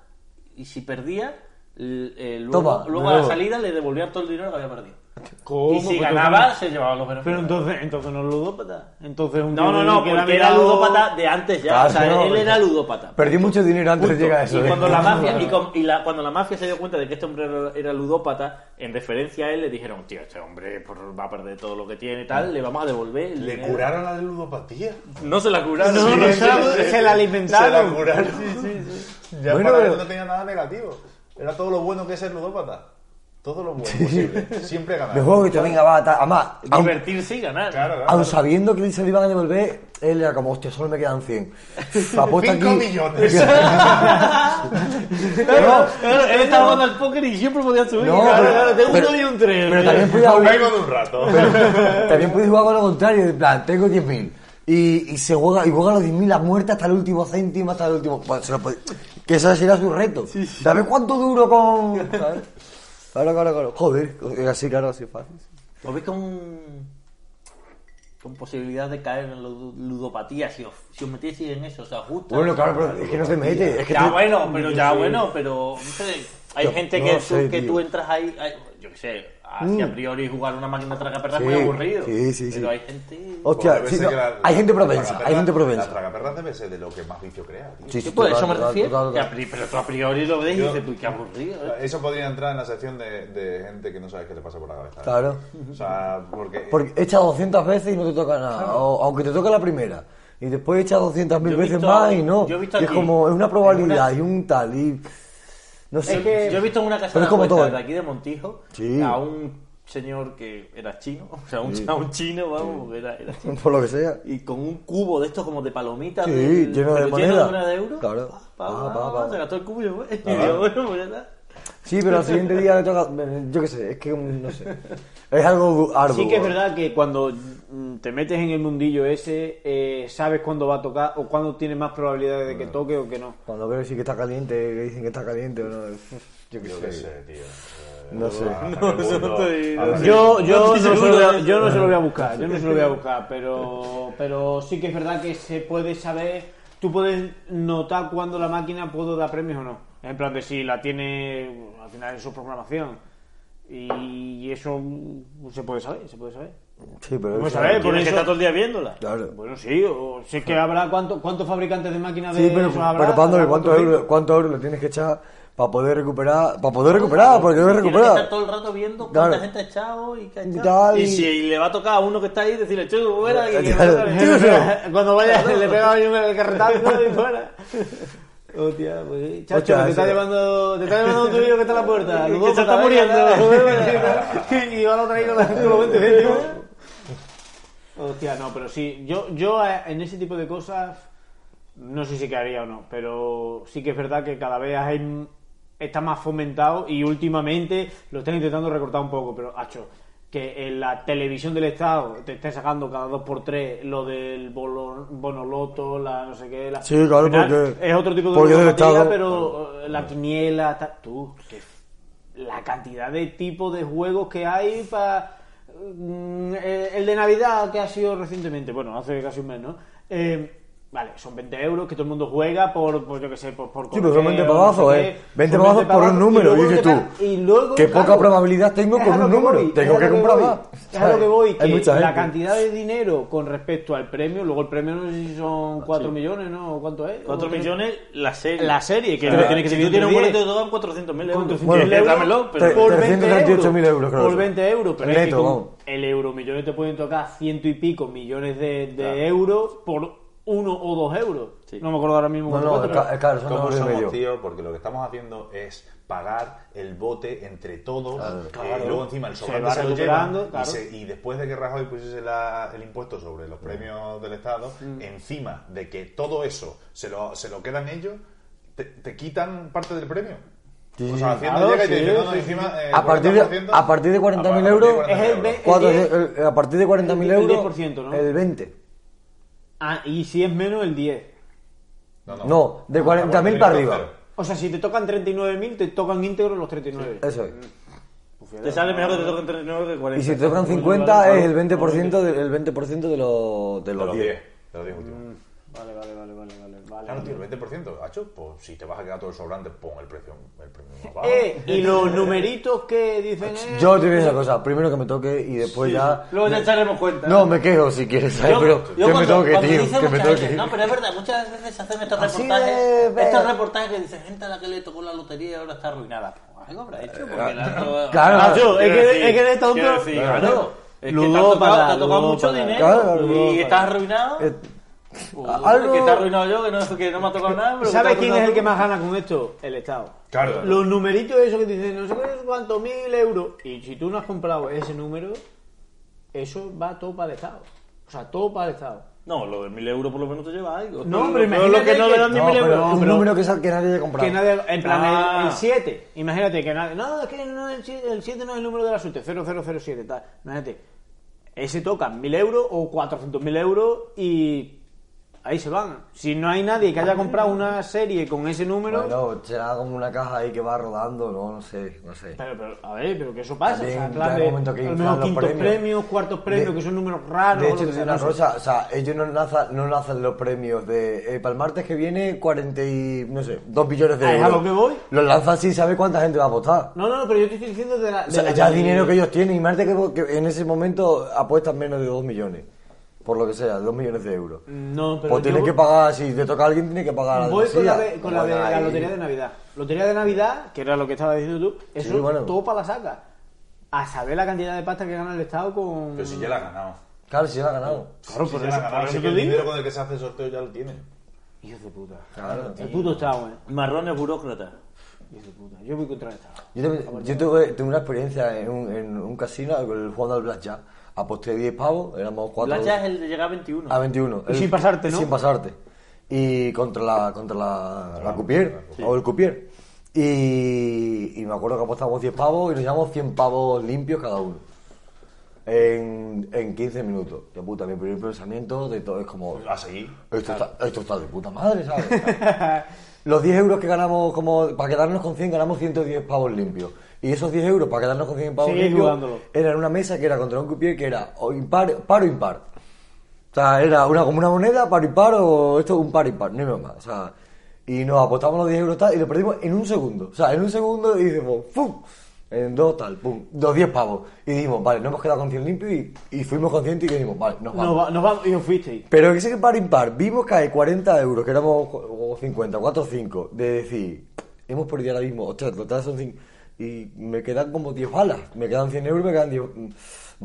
Speaker 1: y si perdía, l- eh, luego,
Speaker 4: Toma,
Speaker 1: luego
Speaker 4: de
Speaker 1: a la
Speaker 4: nuevo.
Speaker 1: salida le devolvían todo el dinero que había perdido.
Speaker 2: ¿Cómo?
Speaker 1: Y si
Speaker 2: Pues
Speaker 1: ganaba,
Speaker 2: entonces-
Speaker 1: se llevaba los
Speaker 2: Pero
Speaker 1: beneficios.
Speaker 2: entonces, entonces no es ludópata. Entonces un
Speaker 1: no,
Speaker 2: tío
Speaker 1: no, no,
Speaker 2: que era
Speaker 1: porque era
Speaker 2: mirado-
Speaker 1: ludópata de antes ya.
Speaker 4: Claro,
Speaker 1: o sea,
Speaker 4: no,
Speaker 1: él
Speaker 4: porque-
Speaker 1: era ludópata.
Speaker 4: Perdí mucho dinero antes de llegar a eso.
Speaker 1: Y
Speaker 4: ¿eh?
Speaker 1: cuando la mafia, y, con- y la- cuando la mafia se dio cuenta de que este hombre era, era ludópata, en referencia a él le dijeron, tío, este hombre pues, va a perder todo lo que tiene y tal, le vamos a devolver. el
Speaker 3: ¿Le
Speaker 1: dinero".
Speaker 3: curaron la de ludopatía?
Speaker 1: No se la curaron.
Speaker 2: No, no, se la- se la alimentaron.
Speaker 3: Se la curaron. Ya
Speaker 4: Bueno,
Speaker 3: para él
Speaker 4: pero-
Speaker 3: no tenía nada negativo. Era todo lo bueno que es el ludópata. Todo lo bueno posible. Siempre ganar.
Speaker 4: Me juego que te venga, va, tal. Además, aun-
Speaker 1: Divertirse y ganar.
Speaker 3: Claro, claro.
Speaker 4: Aun sabiendo que se le iban a devolver, él era como, hostia, solo me quedan 100. Apuesta aquí.
Speaker 3: Cinco millones.
Speaker 4: No,
Speaker 1: Claro, él estaba jugando al póker y siempre podía subir.
Speaker 4: No,
Speaker 1: claro,
Speaker 4: pero-
Speaker 1: claro, de uno
Speaker 4: pero-
Speaker 1: y un tres.
Speaker 4: pero también
Speaker 3: Pues
Speaker 4: podía,
Speaker 3: juguemos de un rato.
Speaker 4: también podía jugar con lo contrario, en plan, tengo 10.000. Y, y se juega, y juega los 10.000 a muerte hasta el último céntimo, hasta el último. Bueno, se lo puede- que ese será su reto. ¿Sabes cuánto duro con.? ¿sabes? Claro, claro, claro. Joder, así, claro, así fácil.
Speaker 1: ¿Os veis con, con posibilidad de caer en la lu- ludopatía si os, si os metieseis en eso? O sea, justo.
Speaker 4: Bueno, claro, pero es que no se mete. Es que
Speaker 1: ya
Speaker 4: te-
Speaker 1: bueno, pero ya bueno, pero no sé, hay
Speaker 4: Yo-
Speaker 1: gente
Speaker 4: no
Speaker 1: que,
Speaker 4: lo
Speaker 1: tú,
Speaker 4: sé,
Speaker 1: que
Speaker 4: tío. Mm.
Speaker 1: tú entras ahí, ahí- yo qué sé, así a priori jugar una máquina de tragaperras es
Speaker 4: Sí,
Speaker 1: muy aburrido.
Speaker 4: sí, sí, sí.
Speaker 1: Pero hay gente...
Speaker 4: Hostia,
Speaker 3: Porque
Speaker 4: sí,
Speaker 3: pensé
Speaker 4: no,
Speaker 3: que la-
Speaker 4: hay gente
Speaker 3: la
Speaker 4: propensa, hay
Speaker 3: tragaperra-
Speaker 4: gente propensa.
Speaker 3: La tragaperra debe ser de lo que más vicio crea, tío.
Speaker 4: Sí, sí,
Speaker 1: Sí, pues, a eso
Speaker 4: total,
Speaker 1: me
Speaker 4: total,
Speaker 1: refiero.
Speaker 4: total,
Speaker 1: Que
Speaker 4: total.
Speaker 1: a pri- pero tú a priori lo ves y
Speaker 3: Yo-
Speaker 1: dices, pues qué aburrido. ¿eh?
Speaker 3: Eso podría entrar en la sección de, de gente que no sabes qué le pasa por la cabeza.
Speaker 4: Claro.
Speaker 3: O sea, porque...
Speaker 4: Porque echa 200 veces y no te toca nada. O- aunque te toque la primera. Y después echa 200.000
Speaker 1: Yo he
Speaker 4: veces
Speaker 1: visto-
Speaker 4: más y no.
Speaker 1: yo he visto
Speaker 4: Y es
Speaker 1: aquí,
Speaker 4: como, es una probabilidad y un tal. Y. No sé.
Speaker 1: Es que yo he visto en una casa
Speaker 4: Pero
Speaker 1: de
Speaker 4: es como
Speaker 1: apuestas
Speaker 4: todo. eh.
Speaker 1: de aquí de Montijo
Speaker 4: Sí.
Speaker 1: a un señor que era chino, o sea, un, a un chino, vamos, porque era, era chino.
Speaker 4: Por lo que sea.
Speaker 1: Y con un cubo de estos como de palomitas,
Speaker 4: Sí,
Speaker 1: del-
Speaker 4: lleno de
Speaker 1: pero
Speaker 4: moneda.
Speaker 1: una de euros.
Speaker 4: Claro. Ah,
Speaker 1: pa, pa,
Speaker 4: Pa,
Speaker 1: pa,
Speaker 4: pa, pa.
Speaker 1: se gastó el cubo y, yo, y digo, bueno, pues ya está.
Speaker 4: Sí, pero al siguiente día le toca. Yo qué sé, es que no sé. Es algo arduo.
Speaker 2: Sí que es verdad que cuando mm, te metes en el mundillo ese, eh, sabes cuándo va a tocar o cuándo tienes más probabilidades de que toque o que no.
Speaker 4: Cuando veo si que está caliente, que dicen que está caliente o no. Yo qué
Speaker 3: Yo
Speaker 4: sé.
Speaker 3: qué sé, tío. Eh,
Speaker 4: No sé.
Speaker 3: a- a
Speaker 4: No,
Speaker 3: todo el
Speaker 1: eso no
Speaker 3: mundo-
Speaker 1: estoy-
Speaker 3: a-
Speaker 2: Yo, yo, no
Speaker 1: estoy
Speaker 2: se lo
Speaker 1: seguro ¿eh?
Speaker 2: voy a-
Speaker 1: de eso.
Speaker 2: yo no se lo voy a buscar, yo no se lo voy a buscar, pero, pero sí que es verdad que se puede saber, tú puedes notar cuando la máquina puedo dar premios o no. En plan de si la tiene, al final es su programación. Y eso mm, se puede saber, se puede saber.
Speaker 4: Sí, pero.
Speaker 2: Pues
Speaker 4: eso-
Speaker 2: a ver,
Speaker 1: Tienes
Speaker 2: por
Speaker 1: que
Speaker 2: eso-
Speaker 1: estar todo el día viéndola.
Speaker 4: Claro.
Speaker 2: Bueno, sí, o sé que habrá cuánto- cuántos fabricantes de máquinas de
Speaker 4: Sí, pero,
Speaker 2: esos habrá.
Speaker 4: pero Pándole,
Speaker 2: habrá
Speaker 4: ¿cuántos euros, ¿cuántos euros le tienes que echar para poder recuperar? Para poder recuperar, porque debes
Speaker 1: Tienes que estar
Speaker 4: recuperar.
Speaker 1: todo el rato viendo cuánta
Speaker 4: Claro.
Speaker 1: gente ha echado y qué ha
Speaker 4: Y
Speaker 1: echado.
Speaker 4: tal.
Speaker 1: Y si le va a tocar a uno que está ahí, decirle, chulo, fuera. y- y-
Speaker 4: Claro.
Speaker 2: Cuando vaya, le pega yo el carretazo y fuera. Hostia, pues sí. Chacho,
Speaker 4: Hostia,
Speaker 2: te, está
Speaker 4: sí.
Speaker 2: llevando, te está llevando un tuyo que está en la puerta.
Speaker 1: Que
Speaker 2: Luego,
Speaker 1: se está
Speaker 2: puta, venga,
Speaker 1: muriendo.
Speaker 2: venga. y va la otra ahí con la- con los 20 céntimos. Hostia, no, pero sí. Yo, yo eh, en ese tipo de cosas no sé si quedaría o no, pero sí que es verdad que cada vez hay, está más fomentado y últimamente lo están intentando recortar un poco, pero hacho, que en la televisión del Estado te esté sacando cada dos por tres lo del bolo- bonoloto, la no sé qué. La...
Speaker 4: Sí, claro,
Speaker 2: Al final,
Speaker 4: porque-
Speaker 2: Es otro tipo de
Speaker 4: porque es del
Speaker 2: normativa,
Speaker 4: Estado.
Speaker 2: pero eh, la quiniela, ta- tú, que f- la cantidad de tipos de juegos que hay para... El de Navidad que ha sido recientemente, bueno, hace casi un mes, ¿no? Eh, vale, son 20 euros que todo el mundo juega por, por yo que sé, por... por
Speaker 4: Sí, pero
Speaker 2: correo,
Speaker 4: son 20
Speaker 2: no
Speaker 4: pavazos,
Speaker 2: sé
Speaker 4: ¿eh?
Speaker 2: qué,
Speaker 4: 20
Speaker 2: son
Speaker 4: pavazos por un
Speaker 2: pavazos,
Speaker 4: número.
Speaker 2: y
Speaker 4: Y
Speaker 2: luego
Speaker 4: dices
Speaker 2: te pa-
Speaker 4: tú,
Speaker 2: y luego,
Speaker 4: qué
Speaker 2: claro,
Speaker 4: poca probabilidad tengo
Speaker 2: es
Speaker 4: con
Speaker 2: a lo
Speaker 4: un
Speaker 2: que
Speaker 4: número.
Speaker 2: voy,
Speaker 4: Tengo
Speaker 2: es a
Speaker 4: que
Speaker 2: lo
Speaker 4: comprar
Speaker 2: voy,
Speaker 4: más.
Speaker 2: Es a lo que voy, que
Speaker 4: Hay mucha
Speaker 2: la
Speaker 4: gente.
Speaker 2: cantidad de dinero con respecto al premio, luego el premio no sé si son 4 millones, ¿no? ¿Cuánto es?
Speaker 1: 4
Speaker 2: ¿O qué?
Speaker 1: millones la serie.
Speaker 2: La serie, que
Speaker 1: Claro,
Speaker 2: lo tienes que
Speaker 1: si
Speaker 2: dividir
Speaker 1: tú tienes un
Speaker 2: por
Speaker 1: boleto de
Speaker 2: 10.
Speaker 1: todo 400.000 euros.
Speaker 2: Con 300.000
Speaker 4: Bueno,
Speaker 2: euros,
Speaker 1: dámelo, pero-
Speaker 4: Tre-
Speaker 2: por 20
Speaker 4: 338.000 euros, creo
Speaker 2: Por
Speaker 4: que
Speaker 2: 20 euros, pero
Speaker 4: El
Speaker 2: es que
Speaker 4: neto,
Speaker 2: con
Speaker 4: vamos.
Speaker 2: el euro millones te pueden tocar ciento y pico millones de, de euros por uno o dos euros.
Speaker 1: Sí.
Speaker 2: No me acuerdo ahora mismo.
Speaker 4: No,
Speaker 2: cuánto
Speaker 4: no,
Speaker 2: cuesta, pero-
Speaker 4: es ca- es caro, son
Speaker 3: ¿Cómo
Speaker 4: dos euros y medio.
Speaker 3: somos, tío? Porque lo que estamos haciendo es pagar el bote entre todos eh,
Speaker 2: Claro.
Speaker 3: y luego encima el
Speaker 2: Se
Speaker 3: sobrante
Speaker 2: va
Speaker 3: se, lo
Speaker 2: recuperando,
Speaker 3: llevan
Speaker 2: claro.
Speaker 3: y, se- y después de que Rajoy pusiese la- el impuesto sobre los
Speaker 2: Mm.
Speaker 3: premios del Estado, encima de que todo eso se lo, se lo quedan ellos, te, te quitan parte del premio. o sea, Hacienda
Speaker 2: Claro,
Speaker 3: llega y te
Speaker 2: sí,
Speaker 3: dice, no, no,
Speaker 2: sí,
Speaker 3: encima... eh,
Speaker 4: A partir de-
Speaker 3: 40%,
Speaker 4: a partir de 40.000
Speaker 3: a partir de
Speaker 4: euros,
Speaker 3: 40.000
Speaker 2: es el ve-
Speaker 4: Cuatro-
Speaker 2: diez-
Speaker 4: el- el- a partir de 40.000
Speaker 2: el
Speaker 4: euros,
Speaker 2: 10%, ¿no?
Speaker 4: el 20.
Speaker 2: Ah, y si es menos el 10.
Speaker 4: No, de 40.000 para arriba.
Speaker 3: cero.
Speaker 2: O sea, si te tocan 39.000, te tocan íntegros los 39.
Speaker 4: Eso es.
Speaker 1: Te sale mejor que te toquen 39 que 40.
Speaker 4: Y si te tocan 50 es el 20%, de, el 20 de, los de
Speaker 3: De
Speaker 4: los
Speaker 3: los 10,
Speaker 4: 10.
Speaker 3: de los 10 últimos. Ah,
Speaker 2: Vale, vale, vale, vale, vale. vale.
Speaker 3: Claro, tío, el 20%, hacho, pues si te vas a quedar todo el sobrante, pon el precio, el premio más bajo.
Speaker 2: Eh, y los numeritos que dicen. eh,
Speaker 4: Yo te voy a decir una cosa, primero que me toque y después ya...
Speaker 1: Luego ya echaremos cuenta.
Speaker 4: No, me quejo si quieres, ¿sabes? pero que me
Speaker 1: cuando-
Speaker 4: toque,
Speaker 1: cuando
Speaker 4: tío,
Speaker 1: dice
Speaker 4: que me
Speaker 1: mucha
Speaker 4: toque.
Speaker 1: gente- no, pero es verdad, muchas veces se hacen estos
Speaker 2: Este
Speaker 4: Así
Speaker 1: reportajes.
Speaker 4: de ver.
Speaker 1: Estos reportajes que dicen Este gente a la que le tocó la lotería y ahora está arruinada. Pues Algo habrá hecho.
Speaker 2: Eh,
Speaker 1: Porque la- Ah,
Speaker 4: claro,
Speaker 1: Quiero
Speaker 2: Nacho, es que,
Speaker 1: decir,
Speaker 2: es que eres tonto.
Speaker 1: quiero decir, claro. Es que te ha
Speaker 2: Ludópata,
Speaker 1: tocado, te ha tocado mucho
Speaker 2: ludópata.
Speaker 1: dinero
Speaker 4: Claro, claro,
Speaker 1: y
Speaker 4: ludópata.
Speaker 1: estás arruinado.
Speaker 4: Eh,
Speaker 1: Uy,
Speaker 4: algo-
Speaker 1: Que está arruinado yo, que no, que no me ha tocado nada. Pero
Speaker 2: ¿Sabes quién es el que
Speaker 1: me ha
Speaker 2: más gana con esto? El Estado.
Speaker 3: Claro.
Speaker 2: Los numeritos esos que dicen, no sé qué, no sé cuánto, mil euros. Y si tú no has comprado ese número, eso va todo para el Estado. O sea, todo para el Estado.
Speaker 1: tocado nada? No, lo de 1000 euros por lo menos te lleva algo.
Speaker 2: No,
Speaker 1: Tú-
Speaker 2: pero
Speaker 1: todo lo
Speaker 2: imagínate
Speaker 1: que no
Speaker 2: que-
Speaker 1: le dan ni
Speaker 4: No,
Speaker 1: 1000
Speaker 4: pero
Speaker 1: euros.
Speaker 4: un
Speaker 2: pero-
Speaker 4: número que, sa- que nadie haya comprado.
Speaker 2: Que nadie, en plan,
Speaker 1: Ah.
Speaker 2: el- el 7. Imagínate que nadie. No, es que no, el 7, el siete no es el número de la suerte, 0007, tal. Imagínate. Ese toca 1000 euros o 400.000 euros y. Ahí se van. Si no hay nadie que haya comprado una serie con ese número.
Speaker 4: Bueno, será como una caja ahí que va rodando, no, no sé, no sé.
Speaker 2: Pero, pero, a ver, pero que eso pasa. o
Speaker 4: También
Speaker 2: sea, en
Speaker 4: llega
Speaker 2: plan
Speaker 4: el
Speaker 2: de,
Speaker 4: momento que
Speaker 2: a lo
Speaker 4: inflan
Speaker 2: mejor
Speaker 4: los
Speaker 2: quintos premios,
Speaker 4: premios.
Speaker 2: cuartos premios,
Speaker 4: De-
Speaker 2: que son números raros.
Speaker 4: De
Speaker 2: lo
Speaker 4: hecho,
Speaker 2: que
Speaker 4: te digo
Speaker 2: sea,
Speaker 4: una
Speaker 2: no sé.
Speaker 4: cosa, o sea, ellos no lanzan, no lanzan los premios de... eh, para el martes que viene, 40 y... no sé, 2 billones de
Speaker 2: Ah, es a
Speaker 4: euros.
Speaker 2: lo que voy.
Speaker 4: Los lanzan sin saber cuánta gente va a votar.
Speaker 2: No, no, no, pero yo te estoy diciendo de la.
Speaker 4: O
Speaker 2: de
Speaker 4: sea,
Speaker 2: la
Speaker 4: ya el
Speaker 2: que-
Speaker 4: dinero que ellos tienen, imagínate que, que en ese momento apuestan menos de 2 millones, por lo que sea, 2 millones de euros.
Speaker 2: No, Mm, pero.
Speaker 4: Pues
Speaker 2: yo-
Speaker 4: tienes que pagar, si te toca a alguien, tienes que pagar a la
Speaker 2: Voy con la,
Speaker 4: demasía.
Speaker 2: de, con la de
Speaker 4: Bueno,
Speaker 2: la
Speaker 4: ahí-
Speaker 2: lotería de Navidad. Lotería de Navidad, que era lo que estaba diciendo tú, eso
Speaker 4: Sí, bueno.
Speaker 2: topa la saca. A saber la cantidad de pasta que gana el Estado con.
Speaker 3: Pero si ya la has ganado.
Speaker 4: Claro, si ya la ha ganado.
Speaker 2: Claro,
Speaker 3: Si
Speaker 2: por
Speaker 3: ya
Speaker 2: eso-
Speaker 3: la has ganado,
Speaker 2: por
Speaker 3: si
Speaker 2: eso
Speaker 3: que
Speaker 2: te
Speaker 3: el
Speaker 2: digo.
Speaker 3: dinero con el que se hace el sorteo ya lo tienen.
Speaker 2: Hijo de puta.
Speaker 4: Claro,
Speaker 2: El puto Estado, eh.
Speaker 1: Marrones burócratas.
Speaker 2: Hijo de puta. Yo voy contra el Estado.
Speaker 4: Yo, tuve, yo tuve, tuve una experiencia en un, en un casino con el jugando al blackjack. Aposté 10 pavos, éramos 4
Speaker 1: Blacha es el de llegar a 21.
Speaker 2: Ah,
Speaker 4: a 21.
Speaker 2: Y sin pasarte, ¿no?
Speaker 4: Sin pasarte. Y contra la, contra la, la cupier, o el cupier. Y, y me acuerdo que apostamos 10 pavos y nos llevamos 100 pavos limpios cada uno. En, en 15 minutos. Yo, puta, mi primer pensamiento de todo es como... "Ah,
Speaker 3: A seguir.
Speaker 4: Esto, está, esto está de puta madre, ¿sabes? Los 10 euros que ganamos, como para quedarnos con 100, ganamos 110 pavos limpios. Y esos 10 euros para quedarnos con 100 pavos
Speaker 2: Seguid
Speaker 4: limpios
Speaker 2: jugándolo.
Speaker 4: era en una mesa que era contra un cupier que era o impar, par o impar. O sea, era una, como una moneda, par impar o esto, un par impar, no más. O sea, y nos apostamos los 10 euros tal y lo perdimos en un segundo. O sea, en un segundo y decimos, ¡pum! En dos tal, pum, dos 10 pavos. Y dijimos, vale, nos hemos quedado con 100 limpios y, y fuimos conscientes y dijimos, vale, nos vamos.
Speaker 2: Nos, va- nos vamos y os fuisteis.
Speaker 4: Pero que sé que par impar, vimos caer 40 euros, que éramos o 50, 4 o 5, de decir, hemos perdido ahora mismo, ostras, total son 5, y me quedan como 10 balas, me quedan 100 euros, me quedan 10, mm,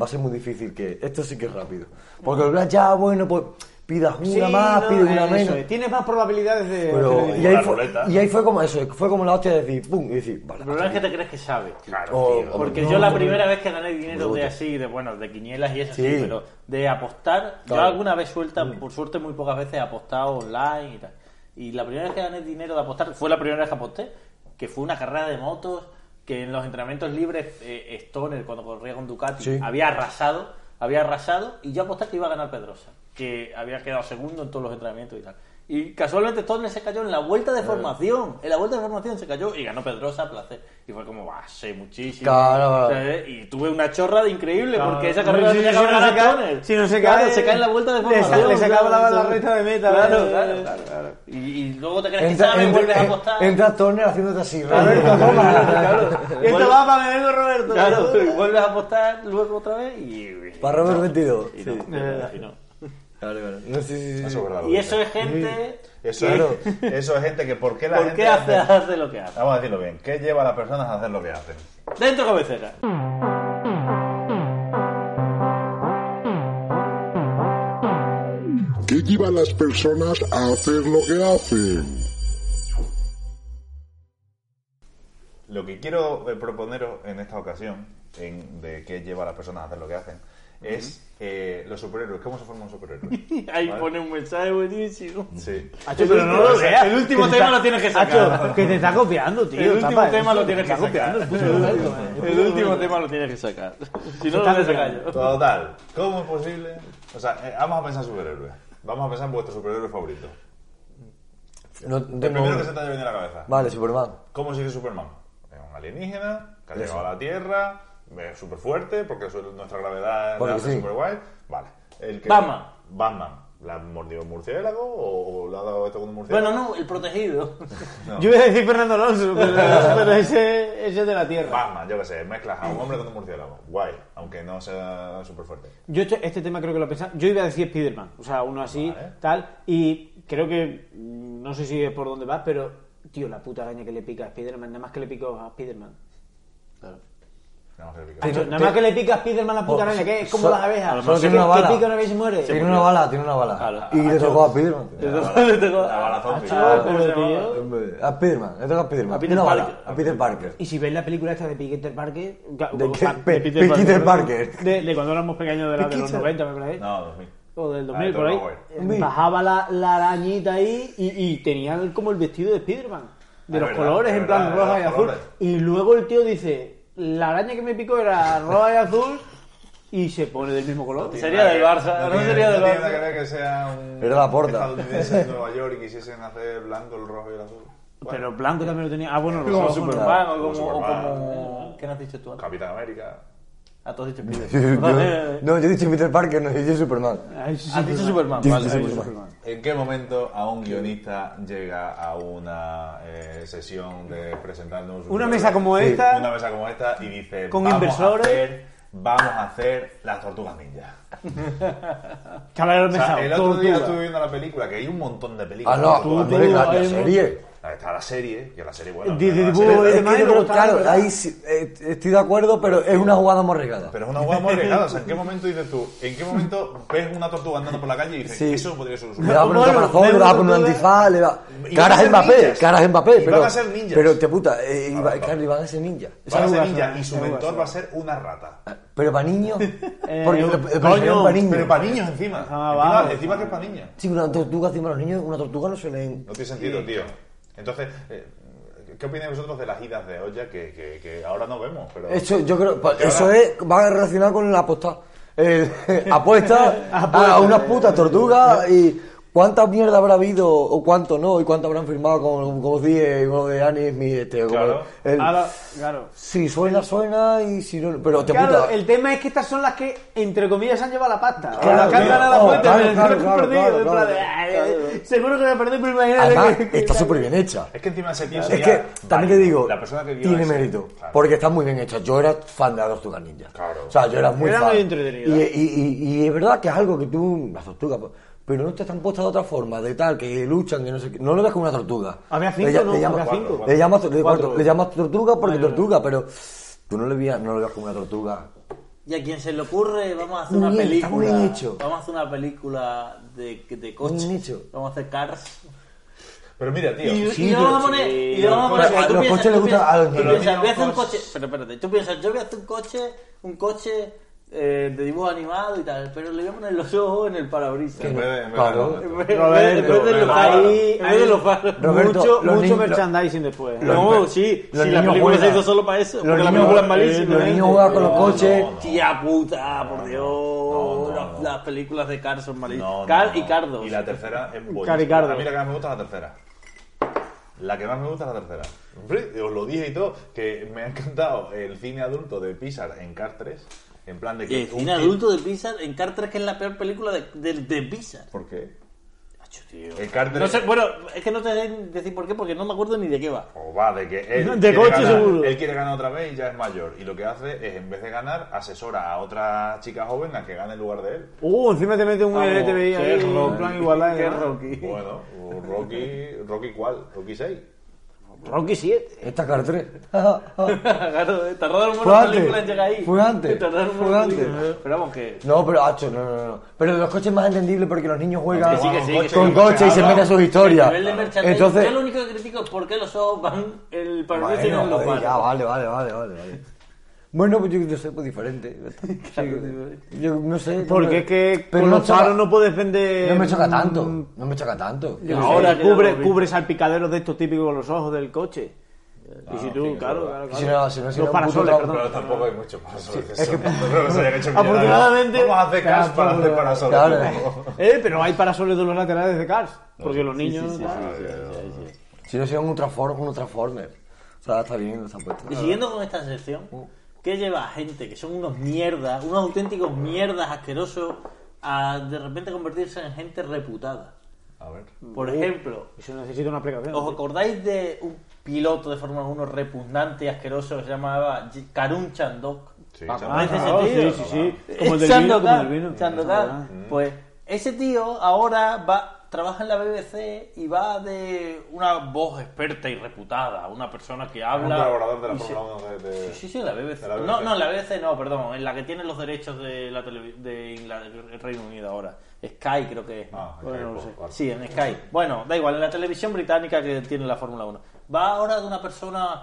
Speaker 4: va a ser muy difícil que, esto sí que es rápido, porque el Black ya, bueno, pues pidas una
Speaker 2: Sí,
Speaker 4: más,
Speaker 2: no,
Speaker 4: pides una
Speaker 2: eso
Speaker 4: menos,
Speaker 2: es. Tienes más probabilidades de.
Speaker 4: pero-
Speaker 2: de-
Speaker 4: y, ahí
Speaker 3: la
Speaker 4: fue,
Speaker 3: ruleta.
Speaker 4: y ahí fue como eso, fue como la hostia de decir, pum, y decir, vale,
Speaker 1: El problema es que te crees que sabes.
Speaker 3: Claro,
Speaker 4: O-
Speaker 3: tío.
Speaker 1: Porque
Speaker 4: No,
Speaker 1: yo la
Speaker 4: no,
Speaker 1: primera
Speaker 4: no.
Speaker 1: vez que gané dinero de
Speaker 4: Bruto.
Speaker 1: así, de bueno, de quinielas y eso sí,
Speaker 4: Sí.
Speaker 1: pero de apostar,
Speaker 4: Claro.
Speaker 1: yo alguna vez suelta, por suerte muy pocas veces he apostado online y tal. Y la primera vez que gané dinero de apostar, fue la primera vez que aposté, que fue una carrera de motos que en los entrenamientos libres eh, Stoner, cuando corría con Ducati,
Speaker 4: Sí.
Speaker 1: había arrasado, había arrasado y yo aposté que iba a ganar Pedrosa, que había quedado segundo en todos los entrenamientos y tal. Y casualmente Stoner se cayó en la vuelta
Speaker 4: Eh.
Speaker 1: de formación, en la vuelta de formación se cayó y ganó Pedrosa a placer. Y fue como, va, sé muchísimo.
Speaker 4: Claro, claro.
Speaker 1: ¿Sabes? eh, Y tuve una chorra de increíble
Speaker 2: Claro.
Speaker 1: porque esa carrera
Speaker 2: Sí,
Speaker 1: tenía que
Speaker 2: sí,
Speaker 1: haber
Speaker 2: si no se
Speaker 1: ganado
Speaker 2: cae-
Speaker 1: Stoner.
Speaker 2: si no se
Speaker 1: Claro,
Speaker 2: cae,
Speaker 1: se cae en la vuelta de
Speaker 2: le
Speaker 1: formación.
Speaker 2: sa- le sacaba la- la
Speaker 1: ¿sabes?
Speaker 2: recta de meta,
Speaker 1: Claro,
Speaker 2: ¿verdad?
Speaker 1: claro, claro, claro. Y, y luego te crees que
Speaker 4: Entra,
Speaker 1: sabes,
Speaker 4: entra, eh,
Speaker 1: vuelves a apostar.
Speaker 4: entra Turner haciéndote así.
Speaker 2: Roberto,
Speaker 4: ¿no?
Speaker 2: toma.
Speaker 1: Claro.
Speaker 2: Esto va para beberlo, Roberto.
Speaker 1: Claro, y vuelves a apostar luego otra vez y.
Speaker 4: Para Robert 22.
Speaker 1: Y, no,
Speaker 4: Sí.
Speaker 2: eh,
Speaker 1: y no.
Speaker 4: No, sí, sí, sí.
Speaker 3: Eso es verdad. lo
Speaker 1: Y
Speaker 3: que
Speaker 1: eso
Speaker 3: dices.
Speaker 1: es gente.
Speaker 3: Eso,
Speaker 4: Claro.
Speaker 3: es, eso es gente que, ¿por qué la
Speaker 1: ¿Por
Speaker 3: gente
Speaker 1: qué hace, hace lo que hace?
Speaker 3: Vamos a decirlo bien. ¿Qué lleva a las personas a hacer lo que hacen?
Speaker 1: Dentro cabecera.
Speaker 5: ¿Qué lleva a las personas a hacer lo que hacen?
Speaker 3: Lo que quiero eh, proponeros en esta ocasión, en- de qué lleva a las personas a hacer lo que hacen, es eh, los superhéroes. ¿Cómo se forma un superhéroe?
Speaker 1: Ahí
Speaker 3: Vale.
Speaker 1: pone un mensaje buenísimo.
Speaker 3: Sí.
Speaker 2: pero no lo leas.
Speaker 1: El último
Speaker 2: Que te
Speaker 1: tema
Speaker 2: está-
Speaker 1: lo tienes que
Speaker 2: Hacho,
Speaker 1: sacar.
Speaker 2: que te está copiando, tío.
Speaker 1: El último
Speaker 2: tapa
Speaker 1: tema
Speaker 2: eso,
Speaker 1: lo tienes
Speaker 2: te
Speaker 1: que
Speaker 2: está copiando,
Speaker 1: sacar.
Speaker 2: el puto Roberto, eh.
Speaker 1: El último tema lo tienes que sacar. Si no,
Speaker 2: está
Speaker 1: lo voy a sacar
Speaker 2: copiando.
Speaker 1: yo.
Speaker 3: Total. ¿Cómo es posible? O sea, eh, vamos a pensar superhéroes. Vamos a pensar en vuestro superhéroe favorito.
Speaker 4: No, no
Speaker 3: El
Speaker 4: tengo
Speaker 3: primero que se
Speaker 4: uno.
Speaker 3: te haya venido a la cabeza.
Speaker 4: Vale, Superman.
Speaker 3: ¿Cómo sigue Superman? Es un alienígena que ha llegado a la Tierra, es súper fuerte porque su- nuestra gravedad
Speaker 4: Porque
Speaker 3: la hace
Speaker 4: sí.
Speaker 3: súper guay. Vale. El que-
Speaker 1: Batman.
Speaker 3: Batman. ¿La ha mordido un murciélago o, o le ha dado esto con un murciélago?
Speaker 1: Bueno, no, el protegido.
Speaker 3: No.
Speaker 2: Yo iba a decir Fernando Alonso, pero, pero ese, ese es de la tierra.
Speaker 3: Batman, yo qué sé, mezclas a un hombre con un murciélago. Guay, aunque no sea súper fuerte.
Speaker 2: Yo este, este tema creo que lo pensaba. Yo iba a decir Spiderman, o sea, uno así,
Speaker 3: Vale.
Speaker 2: tal. Y creo que. mm, No sé si es por dónde vas, pero. Tío, la puta araña que le pica a Spiderman, nada más que le picó a Spiderman.
Speaker 3: No, se pica.
Speaker 2: Hacho, nada
Speaker 4: te-
Speaker 2: más que le pica a Spiderman la puta
Speaker 4: Oh,
Speaker 2: araña, que es como
Speaker 4: so-
Speaker 2: las abejas.
Speaker 4: a lo mejor
Speaker 2: que,
Speaker 4: tiene una
Speaker 2: que
Speaker 4: bala.
Speaker 2: pica una vez y se muere.
Speaker 4: Tiene una bala, tiene una bala. Ah,
Speaker 1: Claro.
Speaker 4: Y le tocó a Spiderman.
Speaker 3: La balazón pica.
Speaker 2: Ah,
Speaker 1: ¿cómo
Speaker 2: pero,
Speaker 1: se llama?
Speaker 2: tío.
Speaker 4: Hombre, A Spiderman, le toca a Spiderman.
Speaker 1: A Peter
Speaker 4: Una bala,
Speaker 1: Parker.
Speaker 4: a Peter Parker.
Speaker 2: Y si ves la película esta de Peter Parker...
Speaker 4: ¿De qué? Pe- Pe- Peter Parker.
Speaker 2: De, de cuando éramos pequeños, de, la, de los
Speaker 4: Peter-
Speaker 2: 90, me parece.
Speaker 3: No, 2000.
Speaker 2: O del
Speaker 3: Ah,
Speaker 2: 2000,
Speaker 3: de
Speaker 2: por ahí. Eh,
Speaker 3: Tom
Speaker 4: Maguire.
Speaker 2: Bajaba la, la arañita ahí y, y tenía el- como el vestido de Spiderman. De
Speaker 3: Ah, Es
Speaker 2: los
Speaker 3: verdad,
Speaker 2: colores,
Speaker 3: es
Speaker 2: en plan
Speaker 3: verdad,
Speaker 2: roja
Speaker 3: de
Speaker 2: y
Speaker 3: los
Speaker 2: azul.
Speaker 3: colores.
Speaker 2: Y luego el tío dice, la araña que me picó era roja y azul y se pone del mismo color.
Speaker 1: Sería del Barça, no
Speaker 3: tiene-
Speaker 1: sería del
Speaker 3: no tiene nada
Speaker 1: Barça.
Speaker 3: que ver que sea un
Speaker 4: Era la porta.
Speaker 3: estadounidense de Nueva York y quisiesen hacer blanco, el rojo y el azul.
Speaker 2: Pero blanco también lo tenía. Ah, bueno, los
Speaker 1: Como
Speaker 2: ojos, ¿no?
Speaker 1: Superman o
Speaker 3: Como
Speaker 1: como. o
Speaker 3: Superman.
Speaker 1: como- ¿Qué no has dicho tú? antes?
Speaker 3: Capitán América.
Speaker 1: Ah, tú has dicho
Speaker 4: Yo-
Speaker 1: Peter.
Speaker 4: yo- No, yo he dicho Peter Parker, no, yo he dicho Superman.
Speaker 2: Ay, sí,
Speaker 1: Has dicho Superman,
Speaker 4: Yo he
Speaker 1: vale.
Speaker 4: dicho
Speaker 1: has dicho
Speaker 4: Superman.
Speaker 1: Superman.
Speaker 3: ¿En qué momento a un guionista llega a una eh, sesión de presentando un
Speaker 2: Una
Speaker 3: superhéroe?
Speaker 2: mesa como esta.
Speaker 3: Una mesa como esta y dice
Speaker 2: Con
Speaker 3: vamos
Speaker 2: inversores.
Speaker 3: A hacer, vamos a hacer las tortugas ninja.
Speaker 2: Que haberlo
Speaker 3: O sea,
Speaker 2: pensado.
Speaker 3: el otro día
Speaker 2: tortuga.
Speaker 3: estuve viendo la película, que hay un montón de películas.
Speaker 4: Ah,
Speaker 3: de
Speaker 4: no,
Speaker 3: Tortugas
Speaker 2: tú-
Speaker 4: hombre,
Speaker 2: tú-
Speaker 4: la, la
Speaker 2: hay un-
Speaker 4: serie.
Speaker 3: Ahí está la serie, que la serie, bueno.
Speaker 2: De- de
Speaker 3: la
Speaker 2: dibujo,
Speaker 3: serie-
Speaker 2: de-
Speaker 4: Es que
Speaker 2: Además,
Speaker 4: yo
Speaker 2: no
Speaker 4: creo,
Speaker 2: está,
Speaker 4: claro,
Speaker 2: ¿verdad?
Speaker 4: ahí sí, eh, estoy de acuerdo, pero es una jugada morregada.
Speaker 3: Pero es una hueá muy arriesgada. O sea, ¿en qué momento dices tú? ¿En qué momento ves una tortuga andando por la calle y dices,
Speaker 4: Sí.
Speaker 3: eso podría ser un
Speaker 4: Le va a poner un
Speaker 2: Bueno,
Speaker 4: caparazón, le va a poner un
Speaker 2: Neuro-
Speaker 4: antifaz, le va...
Speaker 3: Y van a
Speaker 4: Caras
Speaker 3: ser
Speaker 4: en Mbappé,
Speaker 3: ninjas.
Speaker 4: caras en
Speaker 3: Y
Speaker 4: Mbappé,
Speaker 3: van
Speaker 4: pero...
Speaker 3: a ser ninjas.
Speaker 4: Pero te puta, eh, iba-
Speaker 3: va, va.
Speaker 4: claro, iban a ser ninjas.
Speaker 3: Va a ser
Speaker 2: Tortugas,
Speaker 3: ninja y su
Speaker 2: tortugas,
Speaker 3: mentor va a
Speaker 2: tortugas.
Speaker 3: ser una rata.
Speaker 4: Pero para niños...
Speaker 2: Eh,
Speaker 4: Porque
Speaker 2: coño,
Speaker 4: el personaje era para niños.
Speaker 3: Pero para niños encima.
Speaker 2: Ah,
Speaker 3: encima,
Speaker 2: vamos.
Speaker 3: encima que es para niños.
Speaker 4: Sí, una tortuga encima de los niños, una tortuga no se leen.
Speaker 3: No tiene sentido, tío. Entonces, eh, ¿qué opináis vosotros de las idas de olla que, que- que ahora no vemos? Pero...
Speaker 4: Eso, yo creo, pa-
Speaker 3: Porque
Speaker 4: eso
Speaker 3: ahora-
Speaker 4: es, va relacionado con la apostada. El- apuesta a unas putas tortugas y cuántas mierdas habrá habido o cuánto no y cuánto habrán firmado como, como os dije, como de Annie Smith, este, como
Speaker 3: Claro.
Speaker 4: el-
Speaker 2: Ahora, claro.
Speaker 4: si suena, suena y si no, pero te
Speaker 2: Claro,
Speaker 4: puta.
Speaker 2: el tema es que estas son las que, entre comillas, han llevado la pasta.
Speaker 4: Claro,
Speaker 2: las que han
Speaker 4: tío.
Speaker 2: ganado la
Speaker 4: Oh,
Speaker 2: puerta,
Speaker 4: claro,
Speaker 2: pero las
Speaker 4: claro,
Speaker 2: que han
Speaker 4: claro,
Speaker 2: perdido,
Speaker 4: claro,
Speaker 2: en plan de,
Speaker 4: claro.
Speaker 2: "Ay, Seguro que me perdí, pero imagínate
Speaker 4: Además,
Speaker 2: que- que-
Speaker 4: está
Speaker 2: que-
Speaker 4: súper bien hecha.
Speaker 3: Es que encima ese tío
Speaker 4: Es
Speaker 3: sería
Speaker 4: que también te
Speaker 3: válido.
Speaker 4: digo,
Speaker 3: la persona que vio
Speaker 4: tiene
Speaker 3: ese-
Speaker 4: mérito,
Speaker 3: Claro.
Speaker 4: porque está muy bien hecha. Yo era fan de las tortugas ninja.
Speaker 3: Claro.
Speaker 4: O sea, yo era muy
Speaker 2: Era
Speaker 4: fan.
Speaker 2: muy entretenida.
Speaker 4: Y, y- y- y es verdad que es algo que tú, las tortugas, pero no te están puestas de otra forma, de tal, que luchan, que no sé qué. No lo ves como una tortuga.
Speaker 2: Había cinco,
Speaker 4: le, ll-
Speaker 2: ¿no?
Speaker 4: le llamas,
Speaker 2: Había cinco.
Speaker 4: Le llamas, le-
Speaker 2: Cuatro.
Speaker 4: cuatro. Le llamas tortuga porque
Speaker 2: Ay, no, no.
Speaker 4: tortuga, pero tú no, le veías- no lo veas como una tortuga.
Speaker 1: Y a quien se le ocurre, vamos a hacer
Speaker 4: Muy
Speaker 1: una
Speaker 4: bien, está
Speaker 1: película.
Speaker 4: muy bien hecho.
Speaker 1: Vamos a hacer una película de, de coches.
Speaker 4: Muy bien hecho.
Speaker 1: Vamos a hacer cars.
Speaker 3: Pero mira, tío.
Speaker 1: Y,
Speaker 4: Sí,
Speaker 1: y le vamos a
Speaker 4: pero
Speaker 1: poner.
Speaker 4: sí.
Speaker 1: Y le vamos a poner.
Speaker 4: Pero a
Speaker 1: tú
Speaker 4: los
Speaker 1: piensas-
Speaker 4: coches les
Speaker 1: tú
Speaker 4: gusta-
Speaker 1: piensas-
Speaker 4: a los
Speaker 1: tú
Speaker 4: niños.
Speaker 1: piensas, voy a hacer un coche. Pero espérate, tú piensas, yo voy a hacer un coche. Un coche eh, de dibujo animado y tal, pero le voy a poner los ojos en el parabrisas.
Speaker 3: En vez de- en vez de-
Speaker 4: Claro.
Speaker 1: En vez- en
Speaker 2: Roberto,
Speaker 1: vez de los
Speaker 3: Roberto,
Speaker 1: faros.
Speaker 2: ahí,
Speaker 1: En vez de los faros.
Speaker 4: Roberto,
Speaker 2: mucho,
Speaker 4: los
Speaker 2: mucho
Speaker 4: niños-
Speaker 2: merchandising después. ¿eh?
Speaker 1: No, sí, sí,
Speaker 4: los
Speaker 1: la
Speaker 4: niños
Speaker 1: película
Speaker 4: juegan.
Speaker 1: se hizo solo para eso.
Speaker 4: Los
Speaker 1: porque la
Speaker 4: niños-
Speaker 1: película es
Speaker 4: eh,
Speaker 1: malísima.
Speaker 4: los
Speaker 1: ¿eh?
Speaker 4: niños juegan con los
Speaker 1: No,
Speaker 4: coches.
Speaker 1: no, no. Tía puta, por Dios.
Speaker 3: no, no,
Speaker 1: Las-
Speaker 3: no.
Speaker 1: Las películas de Carl son malísimas.
Speaker 3: No, no,
Speaker 1: Carl
Speaker 3: no.
Speaker 1: y Cardo.
Speaker 3: Y la tercera es buenísima.
Speaker 2: Car y Cardo.
Speaker 3: A mí la que más me gusta es la tercera. La que más me gusta es la tercera. Hombre, Os lo dije y todo, que me ha encantado el cine adulto de Pixar en Car 3. En plan de que.
Speaker 1: El
Speaker 3: un
Speaker 1: cine adulto de Pixar en Car 3, que es la peor película de, de, de Pixar.
Speaker 3: ¿Por qué?
Speaker 1: Acho, tío.
Speaker 4: Eh,
Speaker 3: El Car 3.
Speaker 1: No sé, bueno, es que no te sé decir por qué, porque no me acuerdo ni de qué va.
Speaker 3: O va, de que
Speaker 2: De
Speaker 3: él, quiere
Speaker 2: coche
Speaker 3: ganar,
Speaker 2: seguro.
Speaker 3: él quiere ganar otra vez y ya es mayor. Y lo que hace es, en vez de ganar, asesora a otra chica joven a que gane en lugar de él.
Speaker 2: Uh, encima te mete un
Speaker 1: Vamos,
Speaker 2: LTBI
Speaker 1: qué
Speaker 2: ahí, en
Speaker 1: Rocky,
Speaker 2: plan igualdad. y
Speaker 1: qué
Speaker 2: demás.
Speaker 1: Rocky.
Speaker 3: Bueno, o Rocky, Rocky cuál? Rocky 6.
Speaker 2: Rocky 7.
Speaker 4: Esta car 3.
Speaker 1: Claro, eh, tardaron
Speaker 4: Fue
Speaker 1: una
Speaker 4: antes,
Speaker 1: película en llegar ahí.
Speaker 4: fue antes,
Speaker 1: Tardaron
Speaker 4: fue
Speaker 1: una
Speaker 4: antes.
Speaker 1: película. Pero vamos, que.
Speaker 4: no, pero hacho, no, no, no. Pero los coches es más entendible porque los niños juegan
Speaker 1: Que sí, que sí, que sí.
Speaker 4: con coches y se meten a sus historias.
Speaker 1: El nivel de merchandising.
Speaker 4: Entonces,
Speaker 1: Yo lo único que critico es por qué los ojos van el
Speaker 4: Bueno,
Speaker 1: parabrisas y no los
Speaker 4: vale, ya,
Speaker 1: faros.
Speaker 4: vale, vale, vale, vale, vale. Bueno, pues yo no sé, pues diferente. Sí, yo no sé. no
Speaker 2: Porque
Speaker 4: me-
Speaker 2: es que
Speaker 4: pero
Speaker 2: con los
Speaker 4: choca-
Speaker 2: faros no puedes vender.
Speaker 4: No me choca tanto.
Speaker 2: mm,
Speaker 4: No me choca tanto.
Speaker 1: Ya.
Speaker 2: Ahora
Speaker 1: Sí,
Speaker 2: cubre,
Speaker 1: ya lo vi.
Speaker 2: cubre salpicaderos de estos típicos con los ojos del coche.
Speaker 1: Ah,
Speaker 2: y si tú,
Speaker 3: sí,
Speaker 2: claro,
Speaker 3: claro.
Speaker 2: claro,
Speaker 4: Y si
Speaker 2: claro.
Speaker 4: no, si no, si
Speaker 2: los
Speaker 4: no,
Speaker 2: parasoles,
Speaker 4: puto
Speaker 2: perdón.
Speaker 3: Pero tampoco hay mucho para sobre
Speaker 4: es que-
Speaker 3: Creo que se hayan hecho millonadas.
Speaker 2: Afortunadamente-
Speaker 3: Vamos a hacer cash para hacer para sobre
Speaker 4: Claro.
Speaker 2: Eh, pero hay parasoles de los laterales de Cars. Porque los niños. tal.
Speaker 4: Si no, si no, un transformer, un transformer. O sea, está bien, está puesto.
Speaker 1: Y siguiendo con esta sección,
Speaker 2: Uh.
Speaker 1: ¿qué lleva a gente que son unos mierdas, unos auténticos mierdas asquerosos, a de repente convertirse en gente reputada?
Speaker 3: A ver.
Speaker 2: Uh.
Speaker 1: Por ejemplo,
Speaker 2: Eso necesita una aplicación.
Speaker 1: ¿os acordáis de un piloto de Fórmula 1 repugnante y asqueroso que se llamaba J- Karun Chandok?
Speaker 3: Sí,
Speaker 4: Ah,
Speaker 3: chaval.
Speaker 2: Ah,
Speaker 1: ese
Speaker 2: claro,
Speaker 1: sentido.
Speaker 2: sí, sí, sí. Como el del vino, como el
Speaker 1: Chandokan,
Speaker 2: vino.
Speaker 1: Chandokan. Pues ese tío ahora va trabaja en la BBC y va de una voz experta y reputada, una persona que
Speaker 3: un
Speaker 1: habla.
Speaker 3: colaborador de la
Speaker 1: y se-
Speaker 3: Fórmula 1 de, de-
Speaker 1: Sí, sí, la BBC.
Speaker 3: de la BBC.
Speaker 1: No, no, la BBC no, perdón. En la que tiene los derechos de la televi- de Inglaterra- el Reino Unido ahora. Sky creo que es.
Speaker 3: Ah,
Speaker 1: Bueno,
Speaker 3: Sky,
Speaker 1: no lo
Speaker 3: pues,
Speaker 1: sé.
Speaker 3: vale.
Speaker 1: Sí, en Sky. Bueno, da igual, en la televisión británica que tiene la Fórmula 1. Va ahora de una persona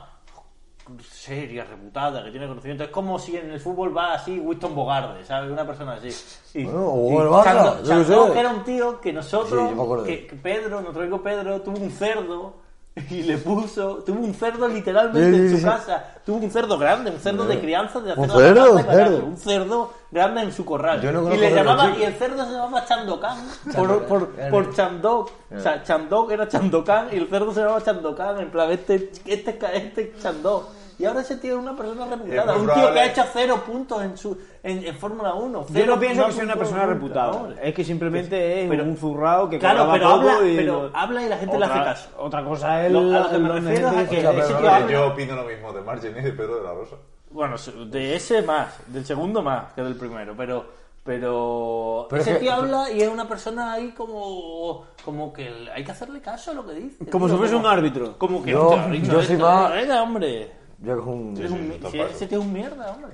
Speaker 1: seria, reputada, que tiene conocimiento. Es como si en el fútbol va así Winston Bogarde, ¿sabes? Una persona así. Y,
Speaker 4: Bueno, o el Barça,
Speaker 1: Sandro-
Speaker 4: yo qué
Speaker 1: Sandro,
Speaker 4: sé.
Speaker 1: que era un tío que nosotros,
Speaker 4: Sí, yo me acuerdo de
Speaker 1: que, que Pedro, nuestro amigo Pedro, tuvo un cerdo y le puso, tuvo un cerdo literalmente
Speaker 4: Sí, sí,
Speaker 1: en su
Speaker 4: sí. Eh,
Speaker 1: casa. Tuvo un cerdo grande, un cerdo de crianza, de hacerlo
Speaker 4: Un
Speaker 1: a la
Speaker 4: cerdo,
Speaker 1: casa,
Speaker 4: un
Speaker 1: para
Speaker 4: cerdo.
Speaker 1: un cerdo grande en su corral.
Speaker 4: Yo no
Speaker 1: y
Speaker 4: conozco
Speaker 1: le
Speaker 4: cerdo
Speaker 1: llamaba,
Speaker 4: chico.
Speaker 1: y el cerdo se llamaba Chandokan, por,
Speaker 4: Chandokan,
Speaker 1: por,
Speaker 4: claro.
Speaker 1: por Chandok.
Speaker 4: Eh.
Speaker 1: O sea, Chandok era Chandokan y el cerdo se llamaba Chandokan, en plan, este, este, este es Chandok. Y ahora ese tío es una persona reputada,
Speaker 3: muy
Speaker 1: un tío
Speaker 3: probable.
Speaker 1: que ha hecho cero puntos en su en, en Fórmula 1.
Speaker 2: Yo
Speaker 1: cero-
Speaker 2: no pienso que sea una
Speaker 1: puntos
Speaker 2: persona
Speaker 1: nunca,
Speaker 2: reputada.
Speaker 1: hombre.
Speaker 2: Es que simplemente es
Speaker 1: Pero-
Speaker 2: un zurrao que
Speaker 1: Claro,
Speaker 2: cobraba
Speaker 1: pero
Speaker 2: poco
Speaker 1: habla,
Speaker 2: y
Speaker 1: pero
Speaker 2: lo-
Speaker 1: habla y la gente le
Speaker 2: otra-
Speaker 1: hace caso.
Speaker 2: Otra cosa es
Speaker 1: Lo- a
Speaker 2: la-
Speaker 1: lo que me
Speaker 2: los
Speaker 1: refiero es a
Speaker 2: gente
Speaker 1: que-
Speaker 2: que-
Speaker 1: ese
Speaker 3: Pero
Speaker 1: tío
Speaker 3: que
Speaker 1: habla-
Speaker 3: yo opino lo mismo de Margin y de Pedro de la Rosa.
Speaker 1: Bueno, su- de ese más, del segundo más que del primero, pero pero,
Speaker 4: Pero
Speaker 1: ese
Speaker 4: es que-
Speaker 1: tío habla y es una persona ahí como como que el- hay que hacerle caso a lo que dice.
Speaker 2: Como
Speaker 1: tío,
Speaker 2: si fuese un árbitro.
Speaker 1: Como que
Speaker 4: Yo-
Speaker 1: "Hostia, ha dicho
Speaker 4: yo soy
Speaker 1: esto,
Speaker 4: más-
Speaker 1: venga, hombre.
Speaker 4: Yo es un.
Speaker 1: Es un-
Speaker 3: sí,
Speaker 1: sí,
Speaker 3: total.
Speaker 1: ese tío es un mierda, hombre.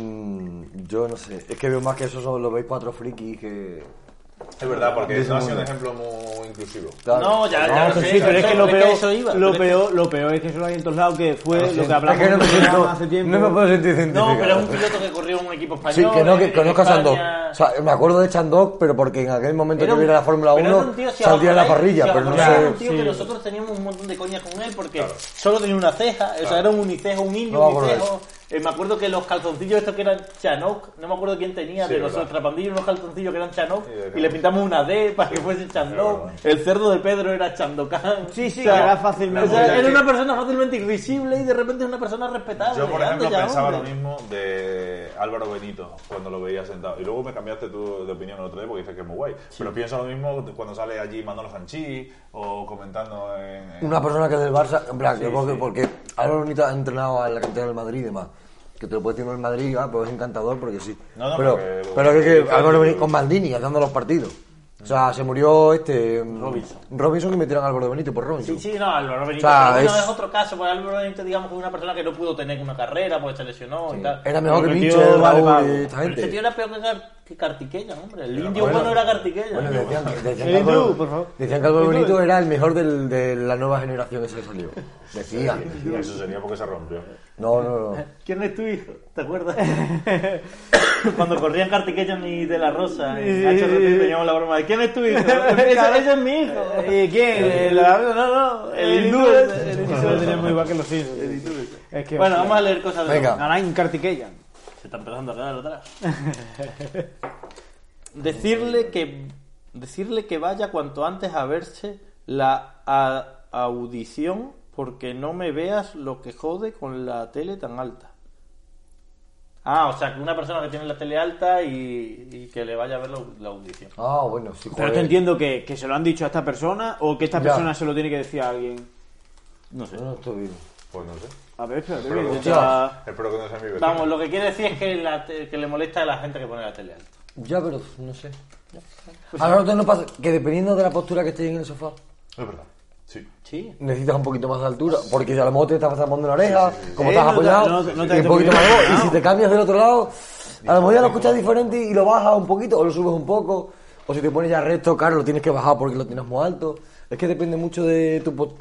Speaker 4: Mm, yo no sé. Es que veo más que eso son- lo veis cuatro frikis que.
Speaker 3: Es verdad, porque
Speaker 4: Dice
Speaker 3: no ha sido un
Speaker 4: mundo.
Speaker 3: ejemplo muy inclusivo.
Speaker 4: Claro.
Speaker 1: No, ya, ya
Speaker 2: Ah,
Speaker 1: lo
Speaker 2: pues
Speaker 1: sé,
Speaker 2: sí,
Speaker 1: ya
Speaker 2: pero
Speaker 1: lo
Speaker 2: es
Speaker 1: sé,
Speaker 2: que lo
Speaker 1: pero
Speaker 2: peor,
Speaker 1: eso iba,
Speaker 2: lo,
Speaker 1: pero es
Speaker 2: peor, lo peor es que eso lo hay en todos lados, que fue lo, que
Speaker 4: siento.
Speaker 2: hablamos
Speaker 4: Es que no
Speaker 2: en
Speaker 4: me
Speaker 2: el programa
Speaker 4: siento-
Speaker 2: hace tiempo.
Speaker 4: no me puedo sentir
Speaker 1: que- No, pero es un
Speaker 4: identificado.
Speaker 1: piloto que corrió en un equipo
Speaker 4: Sí,
Speaker 1: español.
Speaker 4: que no,
Speaker 1: en
Speaker 4: que conozco a Sandok.
Speaker 1: España.
Speaker 4: O sea, me acuerdo de Chandok, pero porque en aquel momento
Speaker 1: Era
Speaker 4: que
Speaker 1: un-
Speaker 4: viera la Fórmula
Speaker 1: pero era
Speaker 4: 1
Speaker 1: un tío, si
Speaker 4: saldría en la
Speaker 1: acordáis-
Speaker 4: parrilla,
Speaker 1: si
Speaker 4: pero no
Speaker 1: acordáis, Era un
Speaker 4: sé.
Speaker 1: tío que nosotros teníamos un montón de coña con él porque solo tenía una ceja, o sea, era un unicejo, un indio,
Speaker 4: No me
Speaker 1: un
Speaker 4: acuerdo de
Speaker 1: unicejo. Eh, me acuerdo que los calzoncillos estos que eran Chanok, no me acuerdo quién tenía,
Speaker 3: Sí,
Speaker 1: de
Speaker 3: es
Speaker 1: los
Speaker 3: verdad.
Speaker 1: trapandillos, unos calzoncillos que eran Chanok,
Speaker 3: de
Speaker 1: y
Speaker 3: Chanok.
Speaker 1: le pintamos una D para que fuese Chanok.
Speaker 3: verdad.
Speaker 1: El cerdo de Pedro era Chandokan.
Speaker 2: Sí, sí, que era fácilmente-
Speaker 1: o sea,
Speaker 3: La movida
Speaker 1: era
Speaker 3: que-
Speaker 1: una persona fácilmente invisible y de repente es una persona respetable.
Speaker 3: Yo, por
Speaker 1: Anda
Speaker 3: ejemplo,
Speaker 1: ya,
Speaker 3: pensaba
Speaker 1: hombre.
Speaker 3: lo mismo de Álvaro Benito cuando lo veía sentado. Y luego me cambiaste tú de opinión el otro día porque dices que es muy guay. Pero pienso lo mismo de cuando sale allí Manolo Sanchí o comentando en. en-
Speaker 4: Una persona que es del Barça, en plan, que porque, porque ahora bonito ha entrenado a la cantera del Madrid y demás. Que te lo puede decir uno en Madrid, ah, pues es encantador porque sí.
Speaker 3: No, no,
Speaker 4: pero,
Speaker 3: porque-
Speaker 4: pero que, que
Speaker 3: porque-
Speaker 4: Álvaro Benito con Maldini ganando los partidos. O sea, se murió este. Robinson. Robinson y metieron a Álvaro Benito por Robinson.
Speaker 1: Sí, sí, no, Álvaro Benito.
Speaker 4: O sea,
Speaker 1: pero bueno,
Speaker 4: es-
Speaker 1: es... otro caso, porque Álvaro Benito, digamos que es una persona que no pudo tener una carrera, porque se lesionó y tal.
Speaker 4: Era mejor que
Speaker 2: Porque el tío
Speaker 4: Mitchell,
Speaker 2: vale
Speaker 4: Raúl
Speaker 2: pago.
Speaker 4: y esta
Speaker 1: Pero este
Speaker 4: gente.
Speaker 1: tío era peor que Gar- que Cartiqueya, hombre. El
Speaker 3: Pero
Speaker 1: indio
Speaker 3: bueno,
Speaker 1: bueno, era Cartiqueya.
Speaker 4: Bueno, decían que, decían que
Speaker 2: Eres
Speaker 4: Álvaro-
Speaker 2: tú, Eh, por favor. Eh,
Speaker 4: decían que Álvaro
Speaker 2: Eres tú.
Speaker 4: Benito era el mejor del- de la nueva generación que se salió. Decían.
Speaker 3: Eso sería porque se rompió.
Speaker 4: No, no, no.
Speaker 1: ¿Quién es tu hijo? ¿Te acuerdas? Cuando corrían Cartiqueya y de la Rosa, en
Speaker 2: Sí.
Speaker 1: HRT teníamos la broma de ¿Quién es tu hijo?
Speaker 2: Ese- ese es mi hijo. ¿Y quién? ¿El árabe? No, no.
Speaker 1: El
Speaker 2: El hindú.
Speaker 1: hindú
Speaker 2: El
Speaker 1: es-
Speaker 2: el hindú se lo tenía muy igual que los indios. Es que.
Speaker 1: Bueno,
Speaker 2: hostia.
Speaker 1: vamos a leer cosas de
Speaker 4: Venga.
Speaker 1: Roma.
Speaker 2: Ganáis en Kartikeyan.
Speaker 1: Se está empezando a quedar atrás. decirle que decirle que vaya cuanto antes a verse la a- audición porque no me veas lo que jode con la tele tan alta. Ah, o sea, que una persona que tiene la tele alta y, y que le vaya a ver la, la audición.
Speaker 4: Ah, bueno, sí,
Speaker 2: Pero
Speaker 4: joder.
Speaker 2: te entiendo que, que se lo han dicho a esta persona o que esta
Speaker 4: Ya.
Speaker 2: persona se lo tiene que decir a alguien.
Speaker 1: No sé.
Speaker 4: No, no estoy bien.
Speaker 3: Pues no sé.
Speaker 2: A ver, espérate.
Speaker 3: Pero
Speaker 2: que
Speaker 3: como-
Speaker 2: está-
Speaker 3: Espero que no sea mi bebé.
Speaker 1: Vamos, lo que quiere decir es que, la te- que le molesta a la gente que pone la tele alta.
Speaker 4: Ya, pero no sé. Ahora nosotros nos pasa que dependiendo de la postura que estés en el sofá,
Speaker 3: Es verdad. Sí.
Speaker 1: Sí.
Speaker 4: necesitas un poquito más de altura, porque a lo mejor te estás pasando una oreja, como
Speaker 2: Sí,
Speaker 4: estás
Speaker 2: no te-
Speaker 4: apoyado,
Speaker 2: no te- no te-
Speaker 4: y un poquito
Speaker 2: no
Speaker 4: más
Speaker 2: te-
Speaker 4: de voz. Y si te cambias del otro lado, a lo mejor ya lo escuchas diferente y lo bajas un poquito, o lo subes un poco, o si te pones ya recto, claro, lo tienes que bajar porque lo tienes muy alto. Es que depende mucho de tu pos-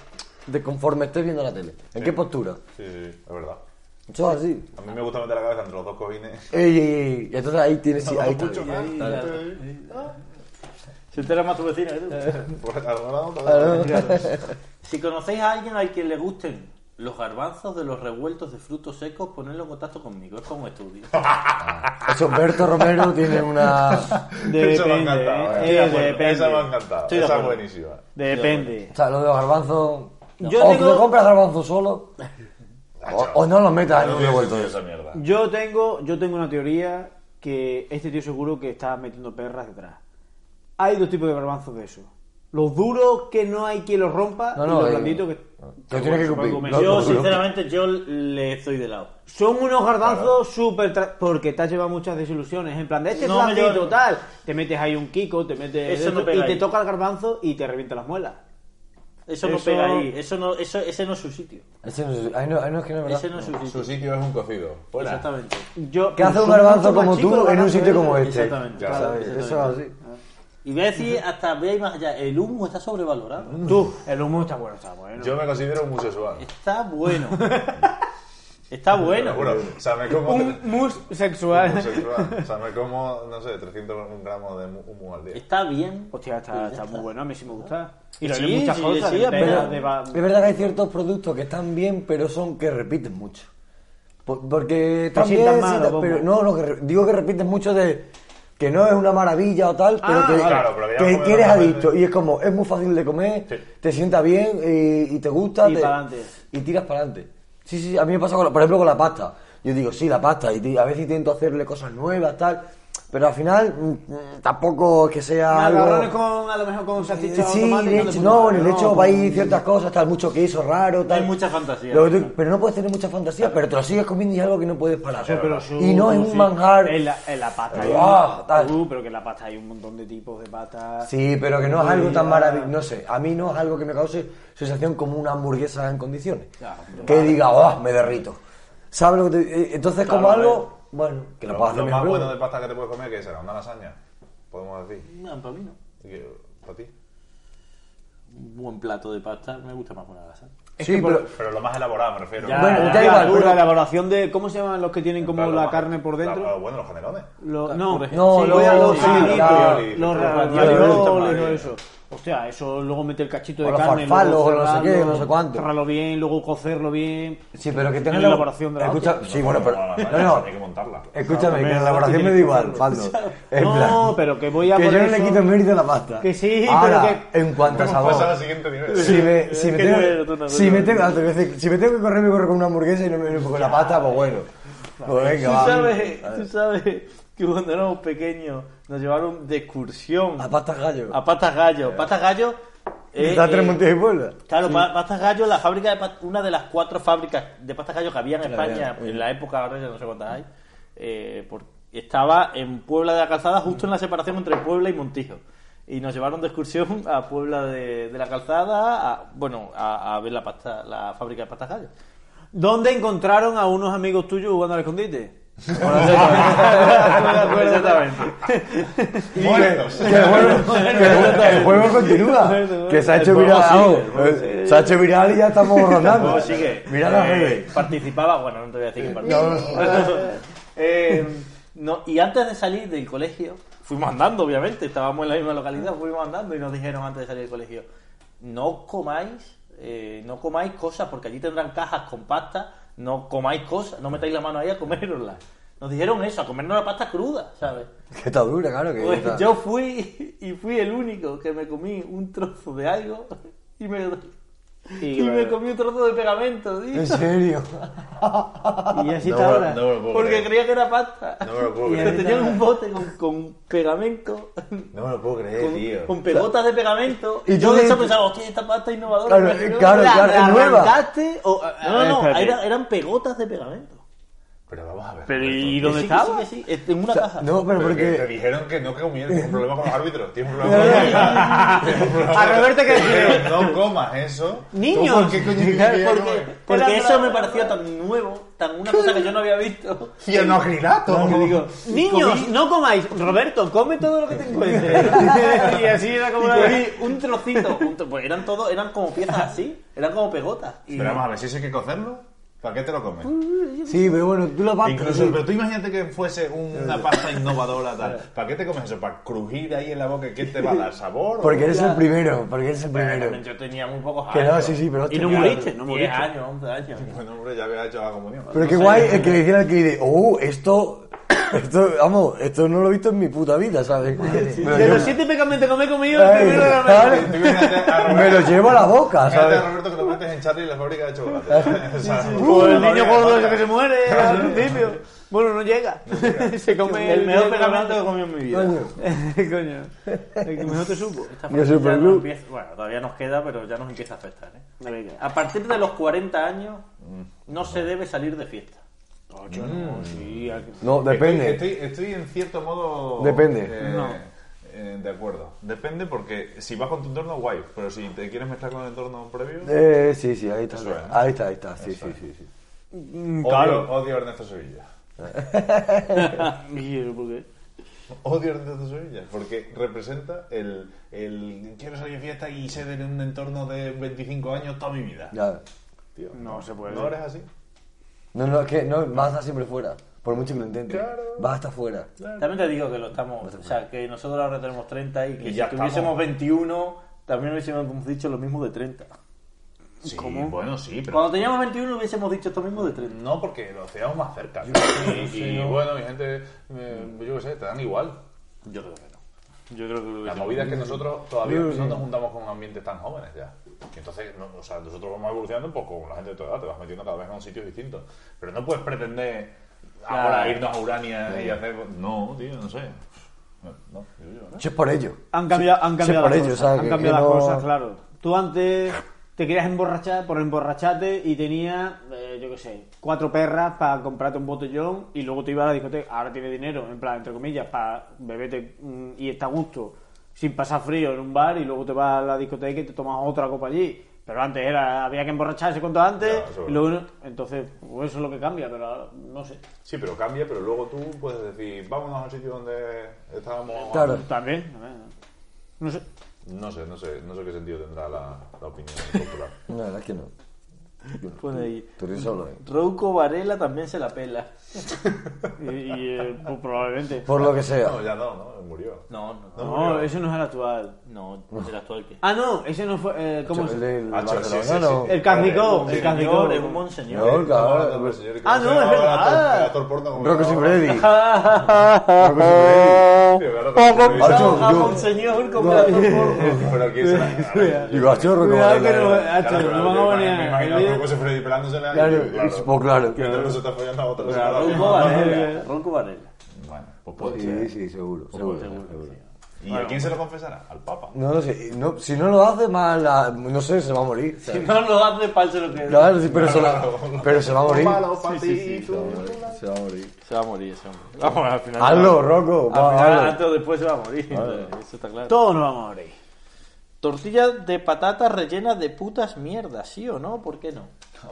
Speaker 4: de conforme estés viendo la tele. ¿En qué postura?
Speaker 3: Sí, sí, sí, es verdad.
Speaker 4: Eso es así.
Speaker 3: A mí me gusta meter la cabeza entre los dos cojines.
Speaker 4: Ey, ey, ey. Y entonces ahí tienes... sí,
Speaker 3: Los
Speaker 4: ahí
Speaker 3: dos
Speaker 4: está
Speaker 3: puchos,
Speaker 4: bien.
Speaker 3: ¿eh?
Speaker 1: Se entera más tu vecino que tú.
Speaker 3: Por el lado, por el
Speaker 4: Claro.
Speaker 3: lado.
Speaker 1: Si conocéis a alguien al que le gusten los garbanzos de los revueltos de frutos secos, ponedlo en contacto conmigo. Es como estudio.
Speaker 4: Eso, Berto Romero tiene una...
Speaker 3: Eso me ha
Speaker 2: Depende,
Speaker 3: encantado.
Speaker 2: eh,
Speaker 3: eh. Estoy de acuerdo.
Speaker 2: depende.
Speaker 3: Esa me ha encantado.
Speaker 1: Estoy de
Speaker 3: Esa es
Speaker 1: acuerdo.
Speaker 3: buenísima.
Speaker 2: Depende.
Speaker 4: O sea, lo de los garbanzos...
Speaker 2: Yo
Speaker 4: o
Speaker 2: tengo-
Speaker 4: que te compras garbanzos solo,
Speaker 3: Ah,
Speaker 4: o,
Speaker 3: chaval.
Speaker 4: o no los metas en
Speaker 3: No
Speaker 4: un
Speaker 3: hubiese
Speaker 4: revuelto.
Speaker 3: sido esa mierda.
Speaker 2: Yo tengo, yo tengo una teoría que este tío seguro que está metiendo perras detrás. Hay dos tipos de garbanzos de eso. Los duros que no hay quien los rompa
Speaker 4: No,
Speaker 2: Ah, y
Speaker 4: no,
Speaker 2: los
Speaker 4: eh,
Speaker 2: blanditos que...
Speaker 4: Que tiene que cumplir.
Speaker 2: comer.
Speaker 4: No,
Speaker 1: Yo,
Speaker 4: no, no.
Speaker 1: sinceramente, yo le estoy de lado.
Speaker 2: Son unos garbanzos súper... tra- Porque te has llevado muchas desilusiones. En plan, de este
Speaker 1: No, me
Speaker 2: platito,
Speaker 1: llevo-
Speaker 2: tal. Te metes ahí un kiko, te metes...
Speaker 1: Eso no
Speaker 2: esto,
Speaker 1: pega
Speaker 2: y te
Speaker 1: ahí.
Speaker 2: toca el garbanzo y te revienta las muelas.
Speaker 1: Eso no
Speaker 2: Eso-
Speaker 1: pega ahí. Eso no, eso, ese no es su sitio.
Speaker 4: Ese no es, ahí no, ahí no es que no es verdad.
Speaker 1: Ese no es su sitio.
Speaker 3: Su sitio es un cocido. Fuera.
Speaker 1: Pues Exactamente.
Speaker 2: Yo,
Speaker 4: ¿Qué hace un
Speaker 2: son
Speaker 4: garbanzo
Speaker 2: mucho más
Speaker 4: como
Speaker 2: chicos los
Speaker 4: tú en un
Speaker 2: garbanzos
Speaker 4: sitio
Speaker 2: de-
Speaker 4: como este?
Speaker 1: Exactamente.
Speaker 4: Ya sabes,
Speaker 1: Claro,
Speaker 4: Eso es así.
Speaker 1: Y voy a decir, hasta voy a ir más allá. El humo está sobrevalorado.
Speaker 4: este?
Speaker 2: Tú, el humo está bueno, está bueno.
Speaker 3: Yo me considero un homosexual.
Speaker 1: Está bueno. Está
Speaker 3: Te lo
Speaker 1: bueno.
Speaker 3: juro. O sea, me como...
Speaker 2: Un mus sexual.
Speaker 3: homosexual. O sea, me como, no sé, 300 gramos de mu- humo al día.
Speaker 1: Está bien.
Speaker 2: Hostia, está, está muy bueno, a mí sí me gusta. Y lo
Speaker 1: Sí,
Speaker 2: hay muchas
Speaker 1: sí,
Speaker 2: cosas.
Speaker 1: sí,
Speaker 2: enteras
Speaker 1: pero-
Speaker 2: de va-
Speaker 4: Es verdad que hay ciertos productos que están bien, pero son que repiten mucho. Por- Porque también...
Speaker 2: sientan mal,
Speaker 4: sienta-
Speaker 2: ¿o
Speaker 4: pero,
Speaker 2: cómo?
Speaker 4: no, no, que re- digo que repites mucho de... Que no es una maravilla o tal, pero
Speaker 2: Ah,
Speaker 4: que,
Speaker 3: claro, pero que ya
Speaker 4: que,
Speaker 3: comes
Speaker 4: que eres
Speaker 3: normalmente.
Speaker 4: adicto. Y es como, es muy fácil de comer,
Speaker 3: Sí.
Speaker 4: te sienta bien y, y te gusta.
Speaker 2: Y
Speaker 4: te-
Speaker 2: pa'lante.
Speaker 4: Y tiras para adelante. Sí, sí, sí, a mí me pasa, con la- por ejemplo, con la pasta. Yo digo, sí, la pasta, y ti- a veces intento hacerle cosas nuevas, tal, pero al final mm, mm, tampoco es que sea
Speaker 2: Macarrones
Speaker 4: algo...
Speaker 2: con, a lo mejor con
Speaker 4: Eh,
Speaker 2: salchicha o
Speaker 4: Sí,
Speaker 2: tomate,
Speaker 4: leche,
Speaker 2: le
Speaker 4: no,
Speaker 2: gusta,
Speaker 4: en el hecho va a ir ciertas cosas, tal, mucho queso raro, tal.
Speaker 1: Hay mucha fantasía.
Speaker 4: Lo que tú- pero no puedes tener mucha fantasía, pero te lo sigues comiendo y es algo que no puedes parar.
Speaker 2: Sí, Eh, pero sí,
Speaker 4: y no es
Speaker 2: sí.
Speaker 4: un manjar.
Speaker 2: En la, en la pasta hay
Speaker 4: Ah,
Speaker 2: un-
Speaker 4: tal.
Speaker 2: Uh, pero que en la pasta hay un montón de tipos de pasta.
Speaker 4: Sí, pero que no es algo tan
Speaker 2: Ya.
Speaker 4: maravilloso. No sé, a mí no es algo que me cause sensación como una hamburguesa en condiciones.
Speaker 2: Ya, hombre.
Speaker 4: que diga, oh, me derrito. ¿Sabes lo que te- eh, Entonces, como
Speaker 3: Claro,
Speaker 4: algo. Bueno, que lo
Speaker 3: Lo,
Speaker 4: puedo hacer
Speaker 3: lo más
Speaker 4: mejor.
Speaker 3: bueno de pasta que te puedes comer, que será? ¿Una lasaña? Podemos decir.
Speaker 1: No, para mí no.
Speaker 3: Y que- ¿Para ti?
Speaker 1: Un buen plato de pasta. Me gusta más con la lasaña.
Speaker 4: Sí, pero.
Speaker 3: Pero lo más elaborado, me refiero.
Speaker 2: Ya,
Speaker 4: Bueno,
Speaker 2: la,
Speaker 4: da igual,
Speaker 2: dura,
Speaker 4: pero-
Speaker 2: la elaboración de. ¿Cómo se llaman los que tienen como
Speaker 3: Claro, lo
Speaker 2: la
Speaker 3: más-
Speaker 2: carne por dentro?
Speaker 3: claro, bueno, los canelones.
Speaker 2: Lo- no,
Speaker 1: por ejemplo.
Speaker 4: No,
Speaker 2: sí,
Speaker 4: lo-
Speaker 2: los
Speaker 4: los
Speaker 2: frijolitos,
Speaker 3: raviolis,
Speaker 2: los
Speaker 3: los
Speaker 2: raviolis,
Speaker 4: raviolis,
Speaker 2: todo
Speaker 3: madre.
Speaker 2: eso. Hostia, eso luego meter el cachito
Speaker 4: O
Speaker 2: de
Speaker 4: los
Speaker 2: carne,
Speaker 4: farfalos,
Speaker 2: luego
Speaker 4: o no sé qué,
Speaker 2: cerrarlo,
Speaker 4: no sé cuánto.
Speaker 2: Cerrarlo bien, luego cocerlo bien.
Speaker 4: Sí, pero que tenga
Speaker 2: En la elaboración de la
Speaker 4: Escucha,
Speaker 2: hostia.
Speaker 4: sí, bueno, pero.
Speaker 3: la lasaña,
Speaker 4: No,
Speaker 3: Hay que
Speaker 4: no.
Speaker 3: montarla.
Speaker 4: Escúchame, que
Speaker 2: También,
Speaker 4: la
Speaker 2: ¿no?
Speaker 4: elaboración
Speaker 2: Tiene
Speaker 4: me da
Speaker 2: que
Speaker 4: igual,
Speaker 2: hacerlo.
Speaker 4: Pando. En
Speaker 2: no,
Speaker 4: plan,
Speaker 2: pero que voy a
Speaker 4: que yo
Speaker 2: por
Speaker 4: no le
Speaker 2: eso-
Speaker 4: quito el mérito a la pasta.
Speaker 2: Que sí,
Speaker 4: Ahora,
Speaker 2: pero que-
Speaker 4: En cuanto a
Speaker 3: Hemos pasado al
Speaker 4: sabor.
Speaker 3: siguiente nivel.
Speaker 4: Si me, si me
Speaker 1: ¿Qué
Speaker 4: tengo,
Speaker 1: nivel? Tú no,
Speaker 4: si
Speaker 1: tú
Speaker 4: me
Speaker 1: no.
Speaker 4: tengo, antes de decir, si me tengo que correr, me corro con una hamburguesa y no me no con la pasta, pues bueno. Pues venga,
Speaker 1: Tú
Speaker 4: va.
Speaker 1: sabes, eh, tú sabes que cuando éramos pequeños nos llevaron de excursión
Speaker 4: A pasta gallo.
Speaker 1: a Patas Gallo. Patas Gallo. eh,
Speaker 4: Está tres
Speaker 1: eh,
Speaker 4: montes y puebla.
Speaker 1: Claro, Pa- Patas Gallo, la fábrica de pa- una de las cuatro fábricas de Patas Gallo que había en
Speaker 4: Que la
Speaker 1: España
Speaker 4: había,
Speaker 1: en la época, ahora ya no sé cuántas hay, eh, por- estaba en Puebla de la Calzada, justo en la separación entre Puebla y Montijo. Y nos llevaron de excursión a Puebla de, de la Calzada, a- bueno, a, a ver la, pasta, la fábrica de Patas Gallo.
Speaker 2: ¿Dónde encontraron a unos amigos tuyos jugando al escondite?
Speaker 1: Exactamente.
Speaker 3: Muertos.
Speaker 4: Que el juego, que el juego continúa. Que se ha hecho
Speaker 1: El juego
Speaker 4: viral.
Speaker 1: sigue, el juego
Speaker 4: eh, se ha hecho viral y ya estamos
Speaker 1: El
Speaker 4: rondando.
Speaker 1: juego sigue.
Speaker 4: Mira las
Speaker 1: Eh,
Speaker 4: redes.
Speaker 1: Participaba, bueno, no te voy a decir que
Speaker 4: No,
Speaker 1: participaba.
Speaker 4: no,
Speaker 1: Eh, no, y antes de salir del colegio, fuimos andando, obviamente, estábamos en la misma localidad, fuimos andando y nos dijeron antes de salir del colegio, no comáis, eh, no comáis cosas, porque allí tendrán cajas con pasta, no comáis cosas, no metáis la mano ahí a comérnosla. Nos dijeron eso, a comernos la pasta cruda, ¿sabes?
Speaker 4: que está dura, claro. Que
Speaker 1: Pues
Speaker 4: está-
Speaker 1: yo fui y fui el único que me comí un trozo de algo y me, y me comí un trozo de pegamento, tío.
Speaker 4: En serio.
Speaker 2: Y así
Speaker 3: No,
Speaker 2: está ahora.
Speaker 3: me- no me lo puedo
Speaker 1: Porque
Speaker 3: creer.
Speaker 1: creía que era pasta.
Speaker 3: No me lo puedo
Speaker 1: Y
Speaker 3: creer.
Speaker 1: tenía un bote con, con pegamento.
Speaker 3: No me lo puedo creer,
Speaker 1: Con,
Speaker 3: tío.
Speaker 1: con pegotas de pegamento.
Speaker 4: Y
Speaker 1: Y
Speaker 4: tú
Speaker 1: yo de hecho
Speaker 4: dices-
Speaker 1: pensaba, hostia, esta pasta es innovadora.
Speaker 4: Claro,
Speaker 1: pero no,
Speaker 4: claro,
Speaker 1: la-
Speaker 4: claro,
Speaker 1: la
Speaker 4: es nueva.
Speaker 1: arrancaste o-
Speaker 2: No,
Speaker 1: no, no,
Speaker 2: espérate.
Speaker 1: era- eran pegotas de pegamento.
Speaker 3: Pero vamos a ver.
Speaker 2: Pero,
Speaker 3: Roberto.
Speaker 2: ¿y
Speaker 1: Que
Speaker 2: dónde
Speaker 1: sí, que
Speaker 2: estaba?
Speaker 1: sí, que sí, en una caja.
Speaker 4: No, pero
Speaker 3: Pero que te
Speaker 4: porque.
Speaker 3: dijeron que no comieras, tienes un problema con los árbitros, tienes un problema con la Tienes un problema
Speaker 2: A
Speaker 3: con-
Speaker 2: Roberto que
Speaker 3: Te
Speaker 2: dijeron.
Speaker 3: dijeron, No comas eso. ¿Tú
Speaker 2: Niños.
Speaker 3: ¿Por qué coño querías
Speaker 1: Porque,
Speaker 3: comer?
Speaker 1: porque
Speaker 2: Era
Speaker 1: eso
Speaker 2: nueva.
Speaker 1: me pareció tan nuevo, tan una cosa que yo no había visto.
Speaker 3: Y el nocrilato.
Speaker 1: Que digo,
Speaker 2: Niños,
Speaker 1: comí-
Speaker 2: no comáis. Roberto, come todo lo que te encuentres. y así era como
Speaker 1: Y
Speaker 2: la
Speaker 1: cogí un trocito, un tro- pues eran todos, eran como piezas así, eran como pegotas. Y
Speaker 3: Pero vamos a ver, si eso hay que cocerlo, ¿para qué te lo comes?
Speaker 4: Sí, pero bueno, tú la pasta.
Speaker 3: Incluso, pero tú imagínate que fuese una pasta innovadora tal. ¿Para qué te comes eso? ¿Para crujir ahí en la boca? ¿Quién te va a dar sabor?
Speaker 4: Porque eres el primero. Porque eres el primero.
Speaker 1: Yo tenía muy pocos
Speaker 4: Que
Speaker 1: años.
Speaker 4: no, sí, pues, sí,
Speaker 2: Y
Speaker 4: pero. hostia,
Speaker 2: no
Speaker 4: claro.
Speaker 2: muriste, no
Speaker 1: 10
Speaker 2: muriste.
Speaker 1: años, 11 años.
Speaker 3: Bueno, hombre, ya había hecho la comunión.
Speaker 4: Pero qué guay el que le dijera al que dice, oh, esto, esto, vamos, esto no lo he visto en mi puta vida, ¿sabes? Me,
Speaker 2: De
Speaker 4: lo
Speaker 2: los
Speaker 4: llevo,
Speaker 2: siete pecamentos que me he comido, el
Speaker 4: Ay, Uh,
Speaker 2: primero era el
Speaker 4: claro.
Speaker 2: mejor.
Speaker 3: Tú imagínate a Roberto-
Speaker 4: me lo llevo a la boca,
Speaker 3: Imagínate
Speaker 4: ¿sabes?
Speaker 3: a Roberto que lo metes en Charlie y la fábrica de chocolate. O sea,
Speaker 4: Uh,
Speaker 2: O Pues el
Speaker 3: la
Speaker 2: niño
Speaker 3: fábrica
Speaker 2: gordo
Speaker 3: de
Speaker 2: ese que se muere al principio. Bueno, no llega. se come
Speaker 1: El mejor pegamento que he
Speaker 2: pegamento.
Speaker 1: comido en mi vida.
Speaker 4: Coño,
Speaker 2: Coño, el que mejor te supo.
Speaker 1: Esta
Speaker 4: Yo soy
Speaker 1: factura
Speaker 4: Perlu.
Speaker 1: nos empieza- bueno, todavía nos queda, pero ya nos empieza a afectar. ¿eh? A partir de los 40 años
Speaker 4: Mm.
Speaker 1: no se debe salir de fiesta.
Speaker 4: No, depende.
Speaker 3: Estoy, estoy- estoy en cierto modo.
Speaker 4: Depende.
Speaker 3: eh, eh, de acuerdo. Depende porque si vas con tu entorno, guay. Pero si te quieres mezclar con el entorno previo.
Speaker 4: Eh, sí, sí, ahí está.
Speaker 3: Eso es.
Speaker 4: Ahí está, ahí está. Sí, sí, sí, sí. mm,
Speaker 3: odio, odio a Ernesto Sevilla.
Speaker 1: eh,
Speaker 2: Y yo, ¿por qué?
Speaker 3: Odio a Ernesto Sevilla porque representa el, el quiero salir de fiesta y ser en un entorno de 25 años toda mi vida.
Speaker 4: Ya.
Speaker 3: Tío,
Speaker 2: No se puede.
Speaker 3: ¿No eres así?
Speaker 4: No, no, es que no, vas a estar siempre fuera. Por mucho que lo intentes.
Speaker 3: Claro.
Speaker 4: Vas a estar fuera.
Speaker 1: También te digo que lo estamos, o sea, que nosotros ahora tenemos 30 y que
Speaker 3: Y ya
Speaker 1: si tuviésemos
Speaker 3: estamos.
Speaker 1: 21 también hubiésemos dicho lo mismo de 30.
Speaker 3: Sí, bueno, sí, pero.
Speaker 1: Cuando teníamos 21 hubiésemos dicho esto mismo de 30.
Speaker 3: No, porque lo hacíamos más cerca. Y, y bueno, mi gente, eh, yo qué sé, te dan igual. Yo creo que no.
Speaker 2: Yo creo que lo
Speaker 3: La movida es que nosotros todavía no nos juntamos con ambientes tan jóvenes ya. Y Entonces, no- o sea, nosotros vamos evolucionando un poco con la gente de tu edad, te vas metiendo cada vez en sitios distintos. Pero no puedes pretender ahora irnos a Urania y hacer. No, tío, no sé. No, no, yo- yo, ¿eh?
Speaker 4: Che, es por ello.
Speaker 2: Han cambiado, han
Speaker 4: Sí,
Speaker 2: cambiado
Speaker 4: por
Speaker 2: las
Speaker 4: ello,
Speaker 2: cosas.
Speaker 4: o sea,
Speaker 2: han
Speaker 4: que-
Speaker 2: cambiado
Speaker 4: que
Speaker 2: las
Speaker 4: no-
Speaker 2: cosas, claro. Tú antes te querías emborrachar por emborracharte y tenías, eh, yo qué sé, cuatro perras para comprarte un botellón y luego te ibas a la discoteca. Ahora tienes dinero, en plan, entre comillas, para beberte mm, y está a gusto sin pasar frío en un bar y luego te vas a la discoteca y te tomas otra copa allí. Pero antes era, había que emborracharse cuanto antes
Speaker 3: Ya, eso
Speaker 2: y luego... Entonces, pues eso es lo que cambia, pero ahora no sé.
Speaker 3: Sí, pero cambia, pero luego tú puedes decir, vámonos a un sitio donde estábamos.
Speaker 4: Claro.
Speaker 2: También, a ver, no sé.
Speaker 3: No sé, no sé, no sé qué sentido tendrá la, la opinión popular.
Speaker 4: No, la verdad es que no.
Speaker 1: Pone ahí.
Speaker 4: Tú eres solo, ¿eh?
Speaker 1: Rouco Varela también se la pela.
Speaker 2: Y, y, eh, pues probablemente.
Speaker 4: Por lo que sea.
Speaker 3: No, ya no, ¿no? Murió.
Speaker 1: No, no, no.
Speaker 2: No, ese no es el actual.
Speaker 1: No, el actual que.
Speaker 2: Ah, no, ese no fue. eh, ¿Cómo
Speaker 4: El
Speaker 2: se
Speaker 4: del
Speaker 3: Ah, sí,
Speaker 4: Barcelona,
Speaker 3: sí, sí,
Speaker 4: no.
Speaker 3: sí.
Speaker 2: El Carnicó.
Speaker 3: Sí,
Speaker 2: El
Speaker 1: Señor,
Speaker 2: Carnicó.
Speaker 1: es un
Speaker 4: No,
Speaker 1: monseñor.
Speaker 4: el cabrón.
Speaker 3: Estamos hablando del señor que
Speaker 2: Ah,
Speaker 3: se
Speaker 2: no,
Speaker 3: llamaba
Speaker 2: es verdad.
Speaker 3: El actor porno como
Speaker 4: Rocco
Speaker 3: se llamaba.
Speaker 4: Siffredi.
Speaker 3: Sí, claro, Rocco Siffredi.
Speaker 4: Acho,
Speaker 1: No, a
Speaker 4: yo-
Speaker 1: monseñor como la
Speaker 3: Pero aquí se la-
Speaker 4: Digo, a chorro como
Speaker 2: Cuidado
Speaker 4: la-
Speaker 2: que no-
Speaker 4: la-
Speaker 2: Acho,
Speaker 3: Claro,
Speaker 2: no vamos a venir
Speaker 3: Me
Speaker 2: a-
Speaker 3: imagino
Speaker 2: el-
Speaker 3: a Rocco Siffredi pelándosela y-
Speaker 4: Claro,
Speaker 3: claro.
Speaker 4: es- pues claro.
Speaker 3: Mientras se está follando a otra persona.
Speaker 1: Rouco
Speaker 2: eh.
Speaker 1: Varela. Rouco Varela.
Speaker 3: Bueno, pues puede
Speaker 4: Sí,
Speaker 3: ser.
Speaker 4: sí, seguro, seguro, seguro.
Speaker 3: ¿Y a quién se lo confesará? Al Papa.
Speaker 4: No lo sé, no, si no lo hace, más la- no sé, se va a morir.
Speaker 1: Si
Speaker 4: ¿sabes?
Speaker 1: no lo hace, falso lo que
Speaker 4: Claro, sí, pero, se la- pero se va a morir. Se va a morir.
Speaker 1: Se va a morir ese hombre. Vamos, al final.
Speaker 4: Hazlo, Rocco.
Speaker 1: Al
Speaker 4: va,
Speaker 1: final,
Speaker 4: hazlo.
Speaker 1: antes o después se va a morir. Eso está claro.
Speaker 2: Todos nos vamos a morir.
Speaker 1: Tortilla de patatas rellenas de putas mierdas, ¿sí o no? ¿Por qué no?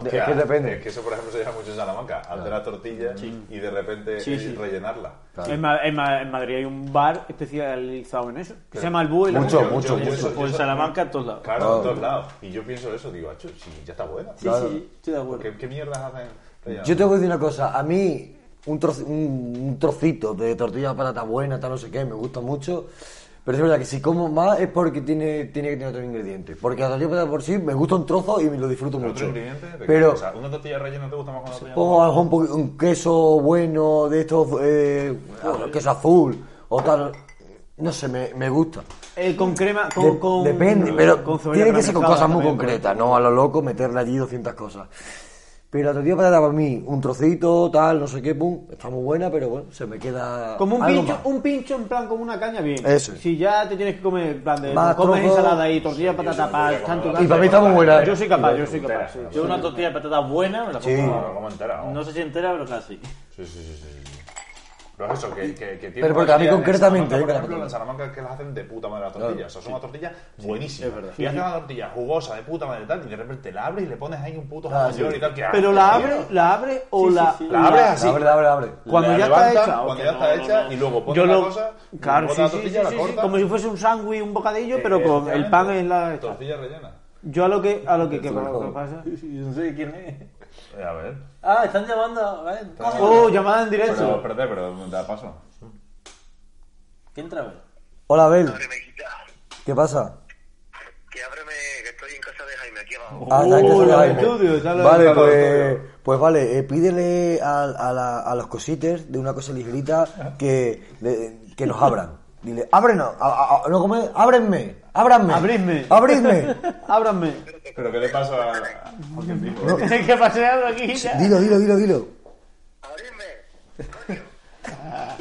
Speaker 4: De- es que depende.
Speaker 3: Es que eso, por ejemplo, se lleva mucho en Salamanca. Hacer la tortilla y de repente
Speaker 1: Sí,
Speaker 3: eh,
Speaker 1: sí.
Speaker 3: rellenarla.
Speaker 4: Claro.
Speaker 2: En, Ma- en Ma- en Madrid hay un bar especializado en eso, que se llama El Búho y la Pues
Speaker 4: Mucho,
Speaker 2: Mujer.
Speaker 4: mucho,
Speaker 3: yo
Speaker 4: mucho.
Speaker 3: eso- yo
Speaker 1: O en
Speaker 3: eso-
Speaker 1: Salamanca, en todos lados.
Speaker 3: Claro,
Speaker 4: Claro.
Speaker 3: en todos lados. Y yo pienso eso, digo, acho, sí, ya está buena.
Speaker 1: Sí, sí, estoy de acuerdo.
Speaker 3: ¿Qué, qué mierdas hacen rellenar?
Speaker 4: Yo te voy a decir una cosa, a mí un, troci- un- un trocito de tortilla de patata buena, tal no sé qué, me gusta mucho, pero es verdad que si como más es porque tiene, tiene que tener otro ingrediente, porque la tortilla de patata por sí me gusta un trozo y me lo disfruto
Speaker 3: ¿Otro
Speaker 4: mucho.
Speaker 3: ingrediente? ¿De qué?
Speaker 4: Pero
Speaker 3: O sea, ¿una tortilla rellena te gusta más con tortilla?
Speaker 4: pongo a lo mejor un, poqu- un queso bueno de estos, eh, queso azul o tal, no sé, me, me gusta.
Speaker 2: Eh, con crema, con,
Speaker 4: De-
Speaker 2: con-
Speaker 4: depende, pero
Speaker 2: cebolla
Speaker 4: tiene que ser con
Speaker 2: caramelizada
Speaker 4: cosas muy
Speaker 2: también, pues.
Speaker 4: concretas, no a lo loco meterle allí 200 cosas. Pero la tortilla de patata para mí, un trocito, tal, no sé qué, pum, está muy buena, pero bueno, se me queda.
Speaker 2: Como un
Speaker 4: algo
Speaker 2: pincho,
Speaker 4: más.
Speaker 2: un pincho en plan como una caña bien.
Speaker 4: Eso.
Speaker 2: Si ya te tienes que comer, en plan de
Speaker 4: Más
Speaker 2: comes
Speaker 4: trozo.
Speaker 2: ensalada y tortilla de patata
Speaker 3: eso
Speaker 2: para
Speaker 3: no
Speaker 2: tanto
Speaker 3: voy a
Speaker 2: tanto.
Speaker 4: Y para mí está muy buena.
Speaker 2: Yo
Speaker 4: eh.
Speaker 2: soy capaz, yo soy capaz. sí.
Speaker 3: Entera.
Speaker 1: Yo una tortilla de patatas buena me la
Speaker 4: Sí.
Speaker 1: como.
Speaker 3: Ah, No, como entera, vamos.
Speaker 1: No sé si entera, pero casi.
Speaker 3: Sí, sí, sí, sí, sí. Pero es eso, que, que, que tiene
Speaker 4: Pero porque a mí
Speaker 3: tortillas en Salamanca,
Speaker 4: concretamente, eh,
Speaker 3: por
Speaker 4: que la
Speaker 3: ejemplo,
Speaker 4: tortilla.
Speaker 3: en Salamanca es que las hacen de puta madre las tortillas. o sea, son una tortilla buenísima.
Speaker 1: es verdad.
Speaker 3: Y hacen una tortilla jugosa, de puta madre tal, y de repente la abres y le pones ahí un puto
Speaker 4: Ah,
Speaker 3: jamón york
Speaker 4: sí.
Speaker 3: y tal. Que
Speaker 2: Pero la
Speaker 3: haces, tío.
Speaker 2: abre, la abre o
Speaker 1: Sí, sí,
Speaker 2: la
Speaker 1: sí.
Speaker 3: La abres así.
Speaker 4: Abre, abre, abre.
Speaker 2: Cuando
Speaker 3: La
Speaker 2: ya está
Speaker 3: levantan,
Speaker 2: hecha,
Speaker 3: Cuando
Speaker 2: ok,
Speaker 3: ya
Speaker 2: no,
Speaker 3: está
Speaker 2: no,
Speaker 3: hecha
Speaker 2: no.
Speaker 3: y luego pones
Speaker 2: Yo
Speaker 3: la
Speaker 2: lo-
Speaker 3: cosa,
Speaker 2: claro,
Speaker 3: pones
Speaker 2: sí,
Speaker 3: la
Speaker 2: sí,
Speaker 3: tortilla,
Speaker 2: sí,
Speaker 3: la
Speaker 2: sí,
Speaker 3: cortas.
Speaker 2: como si fuese un sándwich, un bocadillo, pero con el
Speaker 3: Efectivamente,
Speaker 2: pan en la.
Speaker 3: Tortilla rellena.
Speaker 2: Yo a lo que a lo que, que,
Speaker 4: Eso
Speaker 2: lo
Speaker 4: mejor.
Speaker 2: que pasa.
Speaker 1: Yo no sé quién es.
Speaker 3: Eh, a ver.
Speaker 1: Ah, están llamando. a ver, coge.
Speaker 2: Oh, llamada en directo.
Speaker 3: Pero, espérate, pero te la paso.
Speaker 1: ¿Quién trae?
Speaker 4: Hola, Abel,
Speaker 6: Remejita,
Speaker 4: ¿qué pasa?
Speaker 6: que ábreme, que estoy en casa de Jaime, aquí abajo.
Speaker 4: Ah, está en casa
Speaker 2: Oh,
Speaker 4: de
Speaker 2: los
Speaker 4: Jaime.
Speaker 2: estudios, ya lo-
Speaker 4: Vale,
Speaker 2: ya lo-
Speaker 4: pues, pues vale, eh, pídele a, a la- a los cosites de una cosa ligerita que, de- que nos abran. Dile, ábrenos, a- a- a- no come, ábrenme, ábranme.
Speaker 2: Abridme.
Speaker 4: Abridme.
Speaker 2: Ábranme.
Speaker 3: ¿Pero qué le pasa a, a aquel tipo?
Speaker 2: que pase algo aquí ya.
Speaker 4: Dilo, dilo, dilo, dilo.
Speaker 6: Ábreme.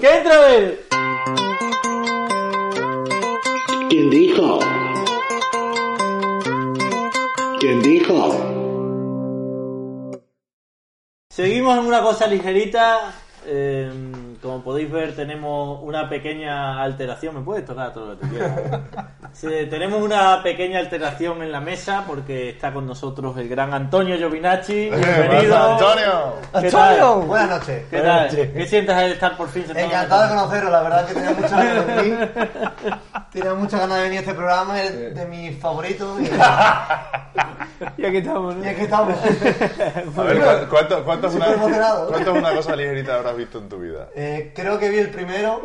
Speaker 2: ¡Que entra a ver!
Speaker 7: ¿Quién dijo? ¿Quién dijo?
Speaker 1: Seguimos en una cosa ligerita. Eh, como podéis ver, tenemos una pequeña alteración. Me puedes tocar todo lo que tú quieras. Sí, tenemos una pequeña alteración en la mesa porque está con nosotros el gran Antonio Giovinacci. Bienvenido.
Speaker 3: pasa, Eh, Antonio?
Speaker 1: ¿Qué tal?
Speaker 8: Buenas noches.
Speaker 1: ¿Qué tal? ¿Qué sientes al estar por fin sentado?
Speaker 8: Encantado de conocerlo, la verdad que tenía muchas ganas de venir. Tenía muchas ganas de venir a este programa, es de mis favoritos. Y, y
Speaker 2: Y aquí estamos, ¿no?
Speaker 8: aquí estamos.
Speaker 3: A ver, ¿cu- ¿cuánto, cuánto, es una,
Speaker 8: Súper moderado.
Speaker 3: ¿cuánto es una cosa ligerita habrás visto en tu vida?
Speaker 8: Eh, creo que vi el primero,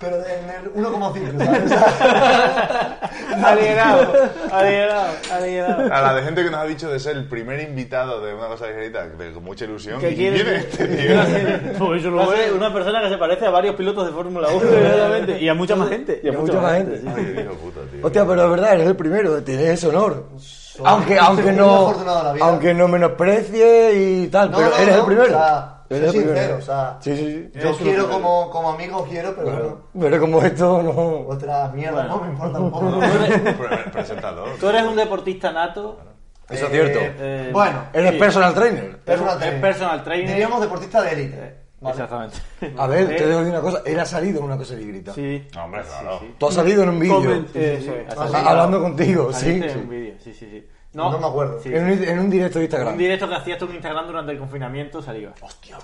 Speaker 8: pero en el 1,5, ¿sabes? O sea,
Speaker 2: Alienado, alienado, alienado.
Speaker 3: A la de gente que nos ha dicho de ser el primer invitado de una cosa ligerita, de con mucha ilusión.
Speaker 2: ¿Qué
Speaker 3: ¿Y
Speaker 2: quieres?
Speaker 3: ¿Quién es este tío?
Speaker 2: Pues eso
Speaker 1: Va a
Speaker 2: lo
Speaker 1: ser
Speaker 2: es.
Speaker 1: una persona que se parece a varios pilotos de Fórmula 1.
Speaker 2: Verdaderamente. Y a mucha más gente.
Speaker 4: Y a mucha más gente.
Speaker 3: Ay, qué hijo puta, tío.
Speaker 4: Hostia, pero es verdad, eres el primero, tienes ese honor.
Speaker 8: soy
Speaker 4: Aunque,
Speaker 8: el
Speaker 4: aunque
Speaker 8: segundo
Speaker 4: no,
Speaker 8: afortunado de la vida.
Speaker 4: aunque no menosprecie y tal,
Speaker 8: No,
Speaker 4: pero
Speaker 8: no,
Speaker 4: eres
Speaker 8: no,
Speaker 4: el primero.
Speaker 8: o sea, soy
Speaker 4: Eres el primero.
Speaker 8: sincero, o sea,
Speaker 4: sí, sí, sí.
Speaker 8: Yo quiero como, como amigo, quiero, pero bueno,
Speaker 4: Pero como esto no.
Speaker 8: otra mierda, no me importa un poco.
Speaker 3: Pre- Preséntalo.
Speaker 1: Tú eres un deportista nato.
Speaker 4: Eso es
Speaker 8: Eh,
Speaker 4: cierto.
Speaker 1: Eh,
Speaker 8: Bueno,
Speaker 4: Eres
Speaker 1: sí.
Speaker 4: personal trainer.
Speaker 8: personal
Speaker 1: es
Speaker 8: trainer.
Speaker 1: personal trainer.
Speaker 8: Diríamos deportista de
Speaker 2: eh,
Speaker 8: élite.
Speaker 1: Exactamente.
Speaker 4: A ver,
Speaker 1: Eh,
Speaker 4: te debo decir una cosa. Él ha salido en una cosa ligerita.
Speaker 1: Sí.
Speaker 3: No, hombre, claro.
Speaker 4: Tú has salido en un vídeo.
Speaker 2: Comen- eh, sí, sí.
Speaker 4: Ah, Hablando contigo, sí.
Speaker 1: Saliste este en un
Speaker 4: sí.
Speaker 1: vídeo, sí, sí, sí.
Speaker 8: No me acuerdo.
Speaker 1: sí.
Speaker 4: En, un, en un directo de Instagram.
Speaker 1: Un directo que hacías tú en Instagram durante el confinamiento salió.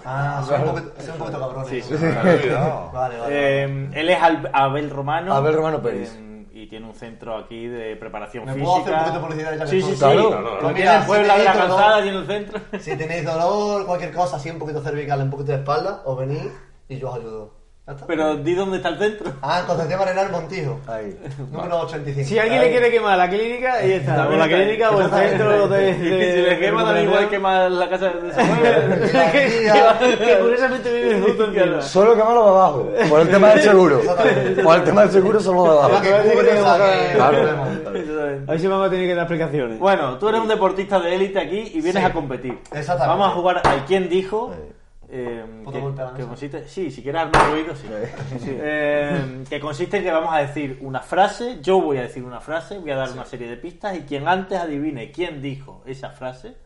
Speaker 8: Ah, soy un poquito, soy un poquito cabrón.
Speaker 1: Sí,
Speaker 8: eso.
Speaker 1: sí.
Speaker 3: Me había olvidado.
Speaker 8: Vale, vale.
Speaker 1: Eh, él es Al- Abel Romano.
Speaker 4: Abel Romano pues. Pérez.
Speaker 1: eh, y tiene un centro aquí de preparación
Speaker 8: ¿Me
Speaker 1: física.
Speaker 8: puedo hacer un poquito de publicidad ya que
Speaker 1: Sí, sí,
Speaker 8: estoy?
Speaker 1: sí.
Speaker 4: Claro,
Speaker 3: claro, claro.
Speaker 1: Lo tiene
Speaker 8: Mira,
Speaker 1: en Puebla
Speaker 8: si
Speaker 1: de la
Speaker 8: tenéis
Speaker 1: Calzada,
Speaker 8: dolor-
Speaker 1: tiene el centro.
Speaker 2: Eh.
Speaker 8: Si tenéis dolor, cualquier cosa, así un poquito cervical, un poquito de espalda, os venís y yo os ayudo. ¿Ya está?
Speaker 1: Pero di dónde está el centro.
Speaker 8: Ah, en Concepción Arenal Montijo.
Speaker 4: Ahí.
Speaker 8: Número 85.
Speaker 2: Si alguien le quiere quemar la clínica, ahí está. O la clínica o el centro de.
Speaker 1: Y si le quema, da igual quemar la casa de su mujer.
Speaker 2: que, que curiosamente vive justo encima.
Speaker 4: Solo que malo va abajo. Por el tema del seguro.
Speaker 8: Exactamente.
Speaker 4: Por el tema del seguro solo va
Speaker 8: Además
Speaker 4: abajo.
Speaker 8: Ah, que cubre, o sea que-
Speaker 4: Claro.
Speaker 2: Ahí sí vamos a tener que dar explicaciones.
Speaker 1: Bueno, tú eres un deportista de élite aquí y vienes
Speaker 8: Sí.
Speaker 1: a competir.
Speaker 8: Exactamente.
Speaker 1: Vamos a jugar al quién dijo. eh,
Speaker 8: Puto
Speaker 1: que,
Speaker 8: golpe a la
Speaker 1: que
Speaker 8: mesa.
Speaker 1: consiste, sí, si quieres armar ruido, sí. Eh, que consiste en que vamos a decir una frase, yo voy a decir una frase, voy a dar una serie de pistas y quien antes adivine quién dijo esa frase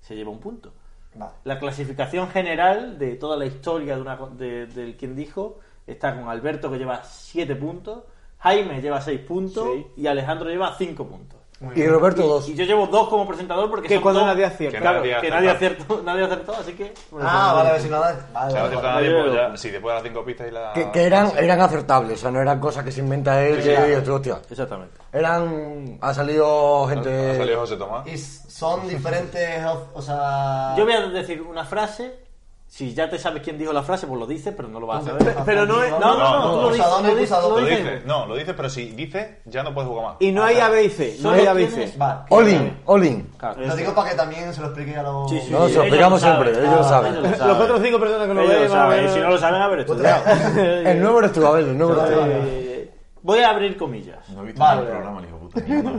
Speaker 1: se lleva un punto.
Speaker 8: Vale.
Speaker 1: La clasificación general de toda la historia de una, co- de- del quien dijo está con Alberto que lleva 7 puntos, Jaime lleva 6 puntos y Alejandro lleva 5 puntos.
Speaker 4: Y Roberto dos.
Speaker 1: Y yo llevo dos como presentador porque
Speaker 2: Que
Speaker 1: son
Speaker 2: cuando
Speaker 1: dos-
Speaker 2: nadie acierta.
Speaker 1: Que Claro,
Speaker 3: nadie
Speaker 1: que
Speaker 3: acierta.
Speaker 1: nadie acertó, nadie acertó, así que...
Speaker 8: Ah, vale, a ver si no la... Vale,
Speaker 3: Se va a
Speaker 8: vale,
Speaker 3: aceptar
Speaker 8: vale.
Speaker 3: nadie,
Speaker 1: yo-
Speaker 3: pues ya, sí, después de las cinco pistas y la...
Speaker 4: Que, que eran, eran acertables, o sea, no eran cosas que se inventa él. que dices tú, hostia.
Speaker 2: pues,
Speaker 1: Exactamente.
Speaker 4: Eran. Ha salido
Speaker 3: Ha
Speaker 4: gente.
Speaker 3: salido José Tomás.
Speaker 8: Y s- son diferentes, o o sea...
Speaker 1: Yo voy a decir una frase. Si ya te sabes quién dijo la frase, pues lo dices, pero no lo vas a
Speaker 8: Pe-
Speaker 1: saber.
Speaker 8: pero no es-
Speaker 1: No, no, no,
Speaker 3: no,
Speaker 1: tú lo dices.
Speaker 8: usador,
Speaker 1: lo dices,
Speaker 8: usador.
Speaker 1: lo
Speaker 3: Lo
Speaker 1: dices.
Speaker 3: dices, no, lo dices, pero si dices, ya no puedes jugar más.
Speaker 2: Y no hay A, B y C. No
Speaker 1: Solo
Speaker 2: hay A, B y
Speaker 1: tienes-
Speaker 2: C.
Speaker 8: Vale.
Speaker 4: Olin, Olin.
Speaker 1: Claro.
Speaker 8: Lo digo para que también se lo explique a los...
Speaker 1: Sí, sí, sí,
Speaker 4: No, se lo
Speaker 1: ellos
Speaker 4: explicamos
Speaker 1: saben.
Speaker 4: siempre, ellos lo saben.
Speaker 2: Los cuatro o cinco personas que lo
Speaker 1: Ellos
Speaker 2: ven
Speaker 1: lo
Speaker 2: van a
Speaker 1: saben.
Speaker 2: ver-
Speaker 1: Y si no lo saben, haber estudiado.
Speaker 4: El nuevo eres tú, Abel, el nuevo eres tú.
Speaker 2: Eh,
Speaker 1: Voy a abrir comillas.
Speaker 3: No he visto
Speaker 8: Vale.
Speaker 3: el programa, el hijo puta. ni uno.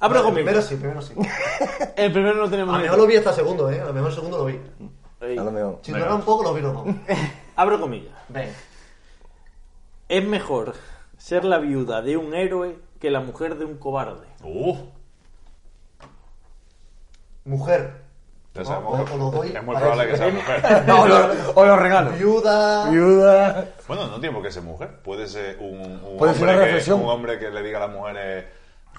Speaker 1: Abro
Speaker 8: No, Primero
Speaker 1: comillas.
Speaker 8: sí, primero sí.
Speaker 2: El primero no
Speaker 8: A
Speaker 2: tenemos
Speaker 8: lo
Speaker 2: ni-
Speaker 8: mejor lo vi hasta segundo, ¿eh? A lo mejor segundo lo vi.
Speaker 4: A lo mejor.
Speaker 8: Si duraba un poco, lo vi los dos.
Speaker 1: Abro comillas.
Speaker 8: Venga.
Speaker 1: Es mejor ser la viuda de un héroe que la mujer de un cobarde.
Speaker 3: Uf,
Speaker 8: Mujer.
Speaker 3: entonces
Speaker 8: No,
Speaker 3: a lo mejor-
Speaker 8: o- o lo doy
Speaker 3: es muy
Speaker 8: para
Speaker 3: probable
Speaker 8: eso.
Speaker 3: que sea mujer.
Speaker 4: No, o lo- o los regalos.
Speaker 8: Viuda.
Speaker 4: Viuda.
Speaker 3: Bueno, no tiene por qué ser mujer. Puede ser un, un
Speaker 4: Puede ser una
Speaker 3: hombre que,
Speaker 4: reflexión.
Speaker 3: un hombre que le diga a las mujeres...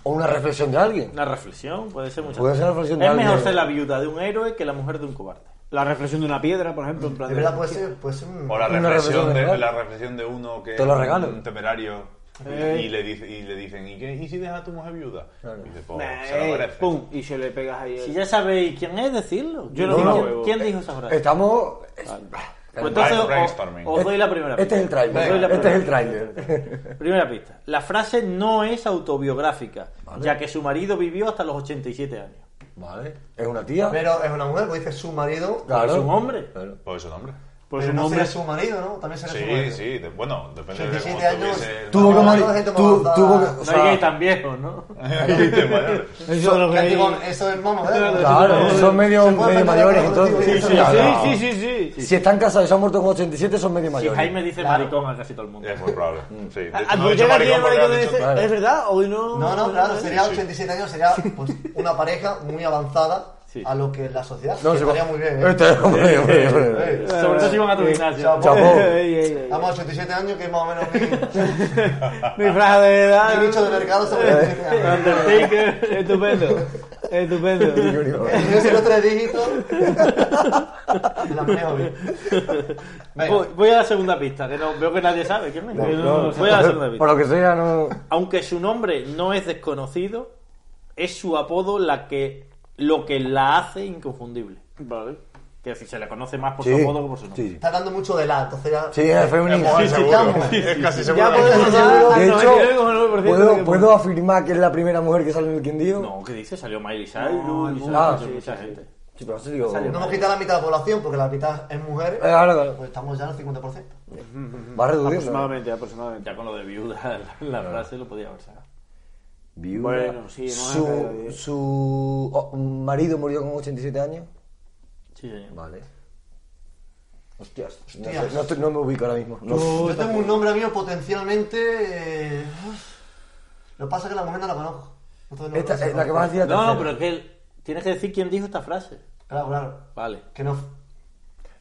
Speaker 4: O una reflexión de alguien.
Speaker 1: Una reflexión, puede ser muchas
Speaker 4: Puede ser
Speaker 1: cosas.
Speaker 4: una reflexión de
Speaker 1: Es mejor
Speaker 4: alguien.
Speaker 1: ser la viuda de un héroe que la mujer de un cobarde.
Speaker 2: La reflexión de una piedra, por ejemplo. En plan
Speaker 8: De verdad, puede ser, puede ser un...
Speaker 3: O la
Speaker 4: Una
Speaker 3: reflexión,
Speaker 4: reflexión
Speaker 3: de,
Speaker 4: de-
Speaker 3: la reflexión de uno que
Speaker 4: Te lo
Speaker 3: es
Speaker 4: regalo.
Speaker 3: un temerario
Speaker 2: Eh.
Speaker 3: y, le dice, y le dicen, ¿y, qué, ¿y si dejas a tu mujer viuda? Y dice, pues,
Speaker 2: Eh,
Speaker 3: se lo merece.
Speaker 2: pum, y se le pegas ahí. el-
Speaker 1: Si ya sabéis quién es, decirlo.
Speaker 2: Yo no
Speaker 1: ¿Quién-
Speaker 4: lo Este
Speaker 2: juego.
Speaker 1: ¿Quién dijo esa frase?
Speaker 4: Estamos.
Speaker 1: Pues entonces os-
Speaker 3: Brainstorming.
Speaker 1: os, doy la primera
Speaker 4: Este es el
Speaker 1: pista. Os doy
Speaker 4: trailer.
Speaker 1: la
Speaker 4: Este es
Speaker 1: primera
Speaker 4: el trailer.
Speaker 1: pista. Primera pista. La frase no es autobiográfica, ya que su marido vivió hasta los 87 años.
Speaker 4: Vale. Es una tía.
Speaker 8: Pero es una mujer, pues dice su marido.
Speaker 4: Claro.
Speaker 1: Es un hombre.
Speaker 4: Claro.
Speaker 3: Pues su nombre.
Speaker 2: Pues
Speaker 8: pero
Speaker 2: un
Speaker 8: no
Speaker 2: hombre.
Speaker 8: será su marido, ¿no? También será su
Speaker 3: Sí,
Speaker 8: marido.
Speaker 3: sí, de- bueno, depende de cómo
Speaker 8: 37 años.
Speaker 3: estuviese-
Speaker 4: Tuvo que
Speaker 8: No,
Speaker 4: morir.
Speaker 8: no, gente
Speaker 4: tu-
Speaker 8: malvada.
Speaker 4: Tuvo que.
Speaker 8: No
Speaker 4: O
Speaker 1: no hay
Speaker 4: sea,
Speaker 1: gay tan viejo, ¿no?
Speaker 2: Eso de lo que
Speaker 8: Que
Speaker 2: hay-
Speaker 8: digo, eso es mamá, ¿eh?
Speaker 4: Claro, son medio,
Speaker 8: Se puede
Speaker 4: medio
Speaker 8: meter
Speaker 4: mayores
Speaker 8: con
Speaker 4: entonces.
Speaker 8: los tíos.
Speaker 4: Claro.
Speaker 2: Sí, sí, sí, sí.
Speaker 4: Si están casados y se han muerto con 87, son medio
Speaker 1: Si
Speaker 4: mayores.
Speaker 1: Jaime dice
Speaker 8: Claro.
Speaker 1: maricón a casi todo el mundo.
Speaker 3: Es muy probable. Sí.
Speaker 2: Ah,
Speaker 3: De hecho, no he
Speaker 2: pues
Speaker 3: dicho
Speaker 2: llega aquí
Speaker 3: maricón
Speaker 2: el
Speaker 3: porque
Speaker 2: marido
Speaker 3: has
Speaker 2: de
Speaker 3: dicho-
Speaker 2: ese- ¿Es verdad? Hoy no.
Speaker 8: No, no, claro, sería
Speaker 3: sí.
Speaker 8: 87 años, sería pues, una pareja muy avanzada a lo que la sociedad
Speaker 4: No,
Speaker 8: se
Speaker 4: se
Speaker 8: estaría
Speaker 4: va-
Speaker 8: muy bien. ¿eh?
Speaker 4: Este, hombre, hombre, hombre.
Speaker 8: Eh,
Speaker 1: Sobre todo si van a tu
Speaker 8: chao,
Speaker 1: gimnasio.
Speaker 8: chao.
Speaker 4: Chapó.
Speaker 2: Ey, ey, ey.
Speaker 8: Vamos a 87 años, que es más o menos mi, mi
Speaker 2: Mi frase de edad.
Speaker 8: nicho de mercado sobre 87 años.
Speaker 2: Undertaker. Estupendo. Estupendo.
Speaker 8: El mío solo tres dígitos. Las manejo bien. Venga,
Speaker 1: Voy, voy a la segunda pista, que no, veo que nadie sabe quién es.
Speaker 4: No,
Speaker 1: voy a la segunda pista.
Speaker 4: Por lo que sea, no.
Speaker 1: Aunque su nombre no es desconocido, es su apodo la que, lo que la hace inconfundible.
Speaker 2: Vale.
Speaker 1: Que si se le conoce más por
Speaker 4: Sí.
Speaker 1: su apodo que por su nombre.
Speaker 4: Sí,
Speaker 8: está dando mucho de la, entonces ya...
Speaker 4: sí es femenina.
Speaker 3: Es seguro.
Speaker 8: sí, sí,
Speaker 3: Es casi
Speaker 2: Ya
Speaker 3: seguro.
Speaker 1: Ah,
Speaker 2: podemos dar
Speaker 8: seguro.
Speaker 4: De
Speaker 2: al
Speaker 4: hecho,
Speaker 2: 99,9% de
Speaker 4: ¿puedo,
Speaker 2: que-
Speaker 4: ¿puedo afirmar que es la primera mujer que sale en el Quindío?
Speaker 1: No, ¿qué dice? Salió Miley Cyrus,
Speaker 2: No,
Speaker 1: y
Speaker 2: no,
Speaker 1: salió
Speaker 4: sí,
Speaker 1: mucha gente.
Speaker 4: Sí, pero eso digo-
Speaker 8: No hemos quitado la mitad de la población, porque la mitad es mujer,
Speaker 4: Eh, ahora, claro.
Speaker 8: pues estamos ya en el 50%.
Speaker 4: Va reduciendo.
Speaker 2: Aproximadamente, aproximadamente.
Speaker 1: Ya con lo de viuda, la, la frase lo podía haber sacado.
Speaker 4: Viuda.
Speaker 2: Bueno, sí, hemos hablado
Speaker 4: Su,
Speaker 2: de-
Speaker 4: su oh, marido murió con 87 años.
Speaker 1: Sí, señor.
Speaker 4: Vale. Hostias. No,
Speaker 8: Hostias.
Speaker 4: sé, no estoy- no me ubico ahora mismo. No.
Speaker 8: Yo tengo un nombre mío potencialmente... eh, uf. Lo que pasa es que la mujer no la conozco. Entonces no-
Speaker 4: Esta
Speaker 8: no sé
Speaker 4: es la que vas
Speaker 8: cuál
Speaker 4: a
Speaker 8: es.
Speaker 4: decir la
Speaker 1: No, no, pero
Speaker 4: tercera.
Speaker 1: es que él- tienes que decir quién dijo esta frase.
Speaker 8: Claro, claro.
Speaker 1: Vale.
Speaker 8: Que no...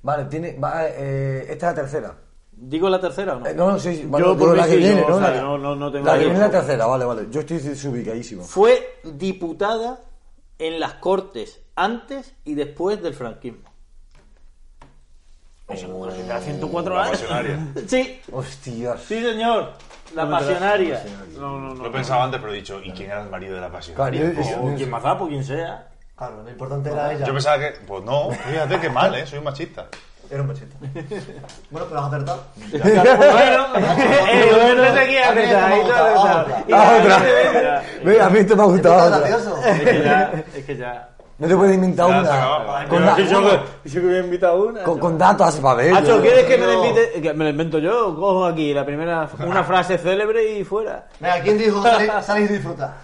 Speaker 4: Vale, tiene, va, eh, esta es la tercera.
Speaker 1: ¿Digo la tercera o no?
Speaker 4: Eh, no, no, sí, sí, vale,
Speaker 2: Yo,
Speaker 4: digo
Speaker 2: porque
Speaker 4: la que
Speaker 2: sí,
Speaker 4: viene,
Speaker 2: yo,
Speaker 4: ¿no?
Speaker 2: o sea,
Speaker 4: La-
Speaker 2: no- no- no tengo
Speaker 4: la que
Speaker 2: ahí
Speaker 4: viene es
Speaker 2: eso.
Speaker 4: la tercera, vale, vale. Yo estoy desubicadísimo.
Speaker 1: Fue diputada en las Cortes antes y después del franquismo. Eso, mujer, si te da 104
Speaker 3: La
Speaker 1: años.
Speaker 3: pasionaria.
Speaker 1: Sí,
Speaker 4: Hostias.
Speaker 1: sí, señor. La pasionaria.
Speaker 2: No, no, no.
Speaker 3: Lo pensaba antes, pero he dicho, ¿y quién era el marido de la pasión?
Speaker 4: Claro, yo- yo-
Speaker 1: O quien más da, por quien sea.
Speaker 8: Claro, lo importante era ella.
Speaker 3: Yo pensaba que, pues no, fíjate qué mal, ¿eh? Soy un machista.
Speaker 8: Era un machito. bueno, pero has acertado.
Speaker 1: Bueno,
Speaker 2: Eh, bueno, no sé qué
Speaker 8: A mí
Speaker 2: haces
Speaker 8: esto me
Speaker 2: ahí,
Speaker 8: gusta,
Speaker 2: todo
Speaker 8: vamos a
Speaker 2: eso.
Speaker 8: hablar.
Speaker 2: Y
Speaker 4: Ah,
Speaker 2: la-
Speaker 4: otra. Ve, a mí esto me ha gustado.
Speaker 8: ¿Estás
Speaker 4: otra.
Speaker 8: gracioso?
Speaker 1: es que ya, es que ya.
Speaker 4: No te puedes inventar
Speaker 3: Ya, se
Speaker 4: una.
Speaker 3: acababa.
Speaker 4: Con, la-
Speaker 2: Yo que voy a invitar una.
Speaker 4: con, con datos hace papel.
Speaker 2: Hacho,
Speaker 4: yo-
Speaker 2: ¿quieres que me
Speaker 8: No.
Speaker 2: la invite? Que me la invento yo. Cojo aquí la primera, una frase célebre y fuera.
Speaker 8: Venga, ¿quién dijo salir sal y disfruta?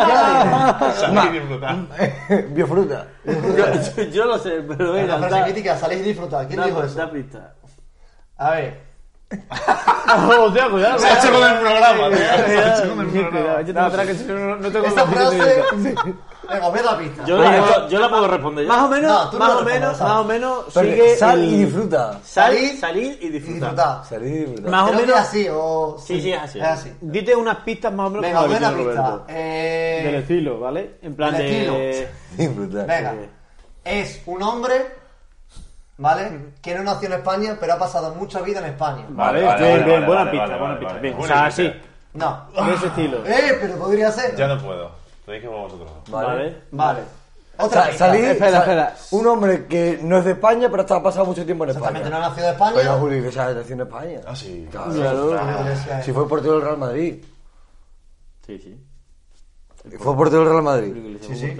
Speaker 3: Salir y disfrutar.
Speaker 4: Biofruta.
Speaker 1: Yo, yo lo sé, pero venga,
Speaker 8: La frase
Speaker 1: da,
Speaker 8: mítica, salir y disfrutar. ¿Quién
Speaker 1: da-
Speaker 8: dijo eso?
Speaker 1: da pista.
Speaker 8: A ver.
Speaker 2: Hostia, cuidado.
Speaker 3: Se ha hecho con el programa, tío. Se ha hecho con el
Speaker 2: Cuidado,
Speaker 3: programa.
Speaker 2: yo tengo atrás que si no, no tengo
Speaker 8: Esta
Speaker 2: suficiente
Speaker 8: frase
Speaker 2: tiempo.
Speaker 8: Venga, os voy a dar pistas.
Speaker 1: Yo,
Speaker 2: Venga,
Speaker 1: yo- yo la puedo responder yo.
Speaker 2: Más o menos,
Speaker 8: No, tú no
Speaker 2: más
Speaker 8: lo
Speaker 2: o menos,
Speaker 8: respondas,
Speaker 2: más
Speaker 8: sal.
Speaker 2: o menos
Speaker 4: Porque
Speaker 2: sigue
Speaker 4: sal
Speaker 2: el-
Speaker 4: y disfruta.
Speaker 1: Salir,
Speaker 8: Salir-
Speaker 1: salir y
Speaker 8: Y
Speaker 1: disfrutar.
Speaker 8: disfrutad.
Speaker 4: Salir y disfrutar.
Speaker 2: Más o
Speaker 8: Creo que
Speaker 2: menos-
Speaker 8: es así, o...
Speaker 1: Sí, sí, es así.
Speaker 8: Es así.
Speaker 2: Dite unas pistas más o menos
Speaker 8: Venga,
Speaker 2: como
Speaker 8: os voy a
Speaker 2: la
Speaker 8: dar
Speaker 2: que tiene
Speaker 8: pistas.
Speaker 2: Roberto. Del
Speaker 8: Eh...
Speaker 2: estilo, ¿vale? En plan
Speaker 8: Del
Speaker 2: de...
Speaker 8: estilo.
Speaker 4: Disfrutar.
Speaker 8: Venga. Es un hombre, ¿vale? Que no nació en España, pero ha pasado mucha vida en España.
Speaker 2: Vale,
Speaker 3: Vale,
Speaker 2: bien,
Speaker 3: vale,
Speaker 2: bien,
Speaker 3: vale,
Speaker 2: buena
Speaker 3: vale,
Speaker 2: pista,
Speaker 3: vale,
Speaker 2: buena
Speaker 3: vale,
Speaker 2: pista.
Speaker 3: vale.
Speaker 2: Bien, o
Speaker 3: Buena
Speaker 2: sea,
Speaker 3: pista.
Speaker 2: así,
Speaker 8: No.
Speaker 2: de ese estilo.
Speaker 8: Eh, pero podría ser.
Speaker 3: Ya no puedo. Tenéis que jugar vosotros.
Speaker 2: Vale.
Speaker 8: Vale. Otra
Speaker 4: Sa-
Speaker 8: pista. Eh,
Speaker 4: salir,
Speaker 2: Espera,
Speaker 4: sa-
Speaker 2: espera.
Speaker 4: Un hombre que no es de España, pero ha pasado mucho tiempo en España.
Speaker 8: Exactamente, no nació de España.
Speaker 4: Pero Julio Iglesias nació en España.
Speaker 3: Ah, sí.
Speaker 4: Claro.
Speaker 8: Julio Iglesias.
Speaker 4: Si fue portero del Real Madrid.
Speaker 1: Sí, sí.
Speaker 4: Fue portero del Real Madrid.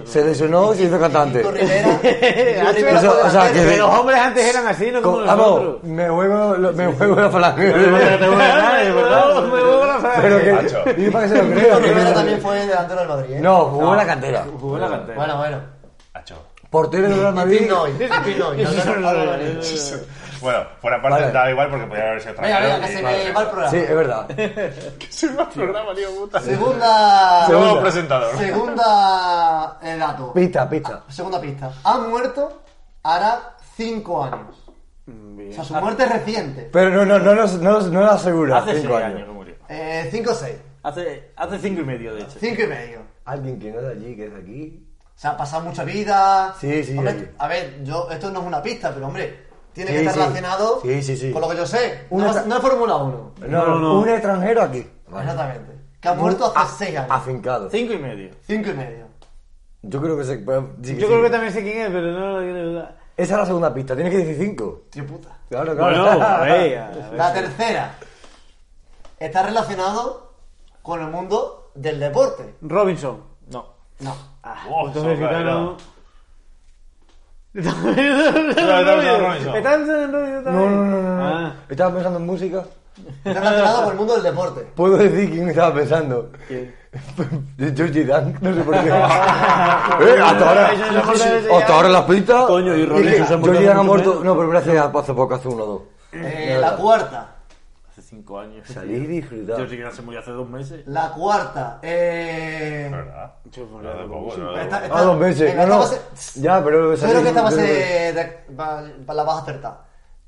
Speaker 4: Se lesionó y se hizo cantante.
Speaker 8: Tito Rivera. Yo
Speaker 2: Antes-
Speaker 8: estoy a
Speaker 4: Eso,
Speaker 8: favor de
Speaker 4: o sea,
Speaker 8: hacer,
Speaker 4: que-
Speaker 2: Que
Speaker 8: pero-
Speaker 2: los hombres antes eran así, no como
Speaker 4: Con-
Speaker 2: nosotros.
Speaker 4: Vamos, me juego, lo- me juego la falange.
Speaker 2: Me vuelvo a la frase.
Speaker 4: Pero
Speaker 3: Macho.
Speaker 4: que. Y para que se lo
Speaker 8: Tito
Speaker 4: creo. que-
Speaker 8: Rivera también fue delantero del Madrid, ¿eh?
Speaker 4: No, jugó en la cantera.
Speaker 2: Jugó en la cantera.
Speaker 8: Bueno, bueno.
Speaker 3: Acho.
Speaker 4: Portero del Real
Speaker 8: Madrid.
Speaker 4: Madrid.
Speaker 8: Noy. Pin Noy.
Speaker 2: Eso
Speaker 8: Alberto
Speaker 2: no lo
Speaker 8: Álvarez.
Speaker 2: veo.
Speaker 3: Bueno, fuera parte
Speaker 4: Vale.
Speaker 3: da igual porque podría haber sido
Speaker 8: Venga,
Speaker 3: extranjero.
Speaker 8: venga, que
Speaker 3: y-
Speaker 8: se
Speaker 3: vale.
Speaker 8: me va el programa.
Speaker 4: Sí, es verdad.
Speaker 3: Se me va el programa, tío puta.
Speaker 8: Segunda.
Speaker 3: Nuevo presentador.
Speaker 8: Segunda eh, dato.
Speaker 4: Pista, pista.
Speaker 8: Segunda pista. Ha muerto hará 5 años. O sea, su muerte es reciente.
Speaker 4: Pero no, no, no, no, no, no lo asegura.
Speaker 1: Hace
Speaker 4: cinco
Speaker 1: 5
Speaker 4: años.
Speaker 1: años que murió.
Speaker 8: 5 Eh, o 6.
Speaker 1: Hace, hace cinco y medio, de hecho.
Speaker 8: 5 y medio. O
Speaker 4: Alguien que no es de allí, que es de aquí.
Speaker 8: sea, ha pasado mucha vida.
Speaker 4: Sí, sí,
Speaker 8: Hombre,
Speaker 4: sí.
Speaker 8: A ver, yo, esto no es una pista, pero hombre, tiene
Speaker 4: Sí,
Speaker 8: que estar
Speaker 4: sí.
Speaker 8: relacionado
Speaker 4: Sí, sí, sí.
Speaker 8: con lo que yo sé.
Speaker 4: Una
Speaker 8: no,
Speaker 4: ta-
Speaker 8: es- no es Fórmula 1.
Speaker 4: No, no, Un extranjero aquí.
Speaker 8: Exactamente. Que ha muerto
Speaker 4: A-
Speaker 8: hace 6 años.
Speaker 4: Afincado.
Speaker 1: Cinco y medio.
Speaker 8: 5 y medio.
Speaker 4: Yo creo que se. pero- sí,
Speaker 2: Yo
Speaker 4: sí.
Speaker 2: creo que también sé quién es, pero no lo quiero dudar.
Speaker 4: Esa es la segunda pista. Tienes que decir cinco.
Speaker 8: Tío puta.
Speaker 4: Claro, claro.
Speaker 2: Bueno,
Speaker 4: eh.
Speaker 2: venga.
Speaker 8: La tercera. Está relacionado con el mundo del deporte.
Speaker 2: Robinson. Ah,
Speaker 1: No.
Speaker 8: No.
Speaker 3: Oh,
Speaker 2: Entonces,
Speaker 3: sobra,
Speaker 2: gitano.
Speaker 3: Robinson.
Speaker 2: Están en Robinson también.
Speaker 4: No, no, no, no, no.
Speaker 2: Ah.
Speaker 4: Estaba pensando en música.
Speaker 8: Está relacionado con el mundo del deporte.
Speaker 4: Puedo decir quién estaba pensando.
Speaker 2: ¿Quién?
Speaker 4: Georgie Dan, no sé por qué. Eh, hasta ahora.
Speaker 2: Eso es lo mejor de-
Speaker 4: Hasta ahora las pistas.
Speaker 2: Coño, y Robinson
Speaker 4: Dije,
Speaker 2: se ha muerto
Speaker 4: Georgie Dan ha
Speaker 2: mucho
Speaker 4: muerto.
Speaker 2: menos.
Speaker 4: No, pero gracias hace poco, hace uno o dos.
Speaker 8: Eh, la cuarta.
Speaker 1: Hace cinco años.
Speaker 4: Salir y disfrutar.
Speaker 1: Yo sí que se murió hace dos meses.
Speaker 8: La cuarta. Eh...
Speaker 3: ¿Verdad? No, de poco, no, de
Speaker 8: Esta-
Speaker 3: poco.
Speaker 8: esta-
Speaker 4: Ah, dos meses.
Speaker 8: venga,
Speaker 4: No, no.
Speaker 8: esta va a ser-
Speaker 4: Ya, pero.
Speaker 8: Yo creo que esta va a
Speaker 4: salir-
Speaker 8: ser. de- va- va- La vas a acertar.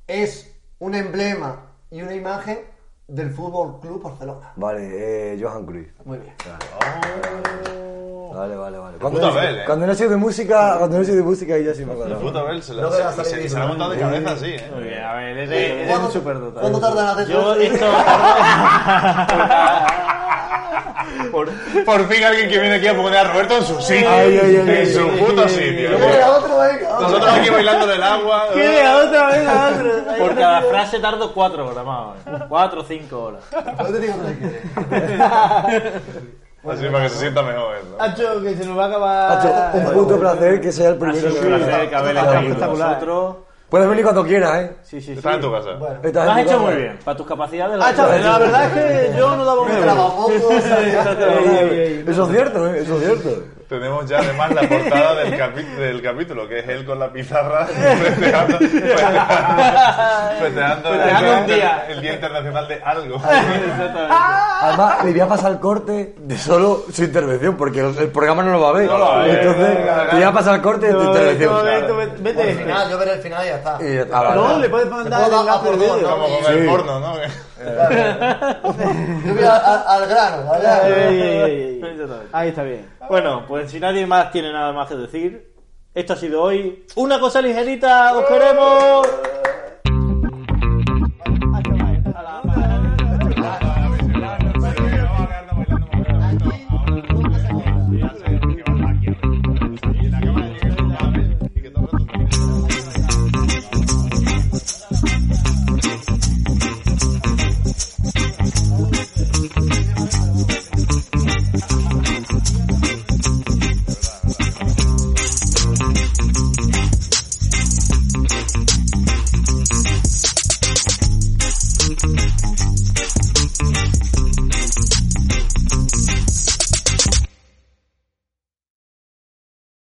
Speaker 8: Es un emblema y una imagen del Fútbol Club Barcelona.
Speaker 4: Vale, eh, Johan Cruyff.
Speaker 8: Muy bien.
Speaker 4: Vale, vale, vale.
Speaker 3: Puta
Speaker 4: Cuando, no,
Speaker 3: Bel, eh.
Speaker 4: cuando no soy de música, cuando no soy de música, ahí ya sí me acuerdo.
Speaker 3: Puta, a ver, se
Speaker 8: No queda
Speaker 3: la- se-
Speaker 8: salir
Speaker 3: se se la ha
Speaker 8: ni
Speaker 3: montado de
Speaker 8: nada.
Speaker 3: cabeza así, eh.
Speaker 1: Muy bien, a ver, eres,
Speaker 8: Eh,
Speaker 1: eres
Speaker 8: ¿cuándo-
Speaker 1: un superdotado.
Speaker 8: ¿Cuánto tardan en hacer
Speaker 1: Yo
Speaker 8: todo
Speaker 1: esto... Por-
Speaker 3: Por fin alguien que viene aquí a poner a Roberto en su sitio.
Speaker 4: Ay, ay, ay,
Speaker 3: en
Speaker 4: ay,
Speaker 3: su
Speaker 4: ay,
Speaker 3: puto
Speaker 4: ay,
Speaker 3: sitio.
Speaker 8: Venga, otro, venga, otro.
Speaker 3: Nosotros aquí bailando en el agua.
Speaker 2: ¿Qué? ¿A otra vez? ¿A otra?
Speaker 1: Por cada frase tardo cuatro horas más o menos. Cuatro o cinco horas.
Speaker 8: Yo te digo otra vez que-
Speaker 3: Así para que se sienta mejor él, ¿no?
Speaker 4: Ah,
Speaker 2: Hacho, que se nos va a acabar.
Speaker 4: Hacho, un puto placer que sea el primero
Speaker 1: Ha sido
Speaker 4: que
Speaker 1: un
Speaker 4: venga.
Speaker 1: placer que habéis
Speaker 4: Claro,
Speaker 1: estado
Speaker 4: puto.
Speaker 1: con nosotros.
Speaker 4: Puedes venir cuando quieras, eh.
Speaker 1: Sí, sí, sí.
Speaker 3: Estás en tu casa.
Speaker 8: Bueno,
Speaker 4: Estás
Speaker 1: Lo has
Speaker 4: en tu
Speaker 1: hecho
Speaker 4: casa.
Speaker 1: muy bien. Para tus capacidades. lo
Speaker 2: Ah,
Speaker 1: has hecho
Speaker 2: chaval,
Speaker 1: bien.
Speaker 2: la verdad es que yo no daba un
Speaker 8: me traba
Speaker 2: euro.
Speaker 8: poco, o sea,
Speaker 2: Eh,
Speaker 4: Eso es cierto, eh. Eso es cierto.
Speaker 3: Tenemos ya además la portada del, capi- del capítulo, que es él con la pizarra festejando, festejando- festejando el,
Speaker 1: Festejando un
Speaker 3: inter-
Speaker 1: día.
Speaker 3: el Día Internacional de Algo.
Speaker 4: Ah, Además, le voy a pasar el corte de solo su intervención, porque el, el programa no lo va a ver.
Speaker 3: No lo va a ver,
Speaker 4: Entonces,
Speaker 3: claro, claro.
Speaker 4: le voy a pasar el corte de tu
Speaker 2: No,
Speaker 4: intervención.
Speaker 2: no, esto, vete,
Speaker 8: Por
Speaker 2: eh, Vete
Speaker 8: el
Speaker 2: este. Eh,
Speaker 8: final, yo veré el final y ya está.
Speaker 4: Y ya está, vale,
Speaker 2: No,
Speaker 4: vale.
Speaker 2: le puedes mandar
Speaker 8: puedo
Speaker 2: el
Speaker 8: dar
Speaker 2: enlace
Speaker 8: a
Speaker 2: del
Speaker 8: por dos,
Speaker 2: dedo.
Speaker 3: Como con el porno, ¿no?
Speaker 8: Yo voy a- a- al grano, al grano.
Speaker 2: Ey, ey, ey.
Speaker 1: Exactamente.
Speaker 2: Ahí está bien.
Speaker 1: Bueno, pues si nadie más tiene nada más que decir, esto ha sido hoy. Una cosa ligerita, os queremos.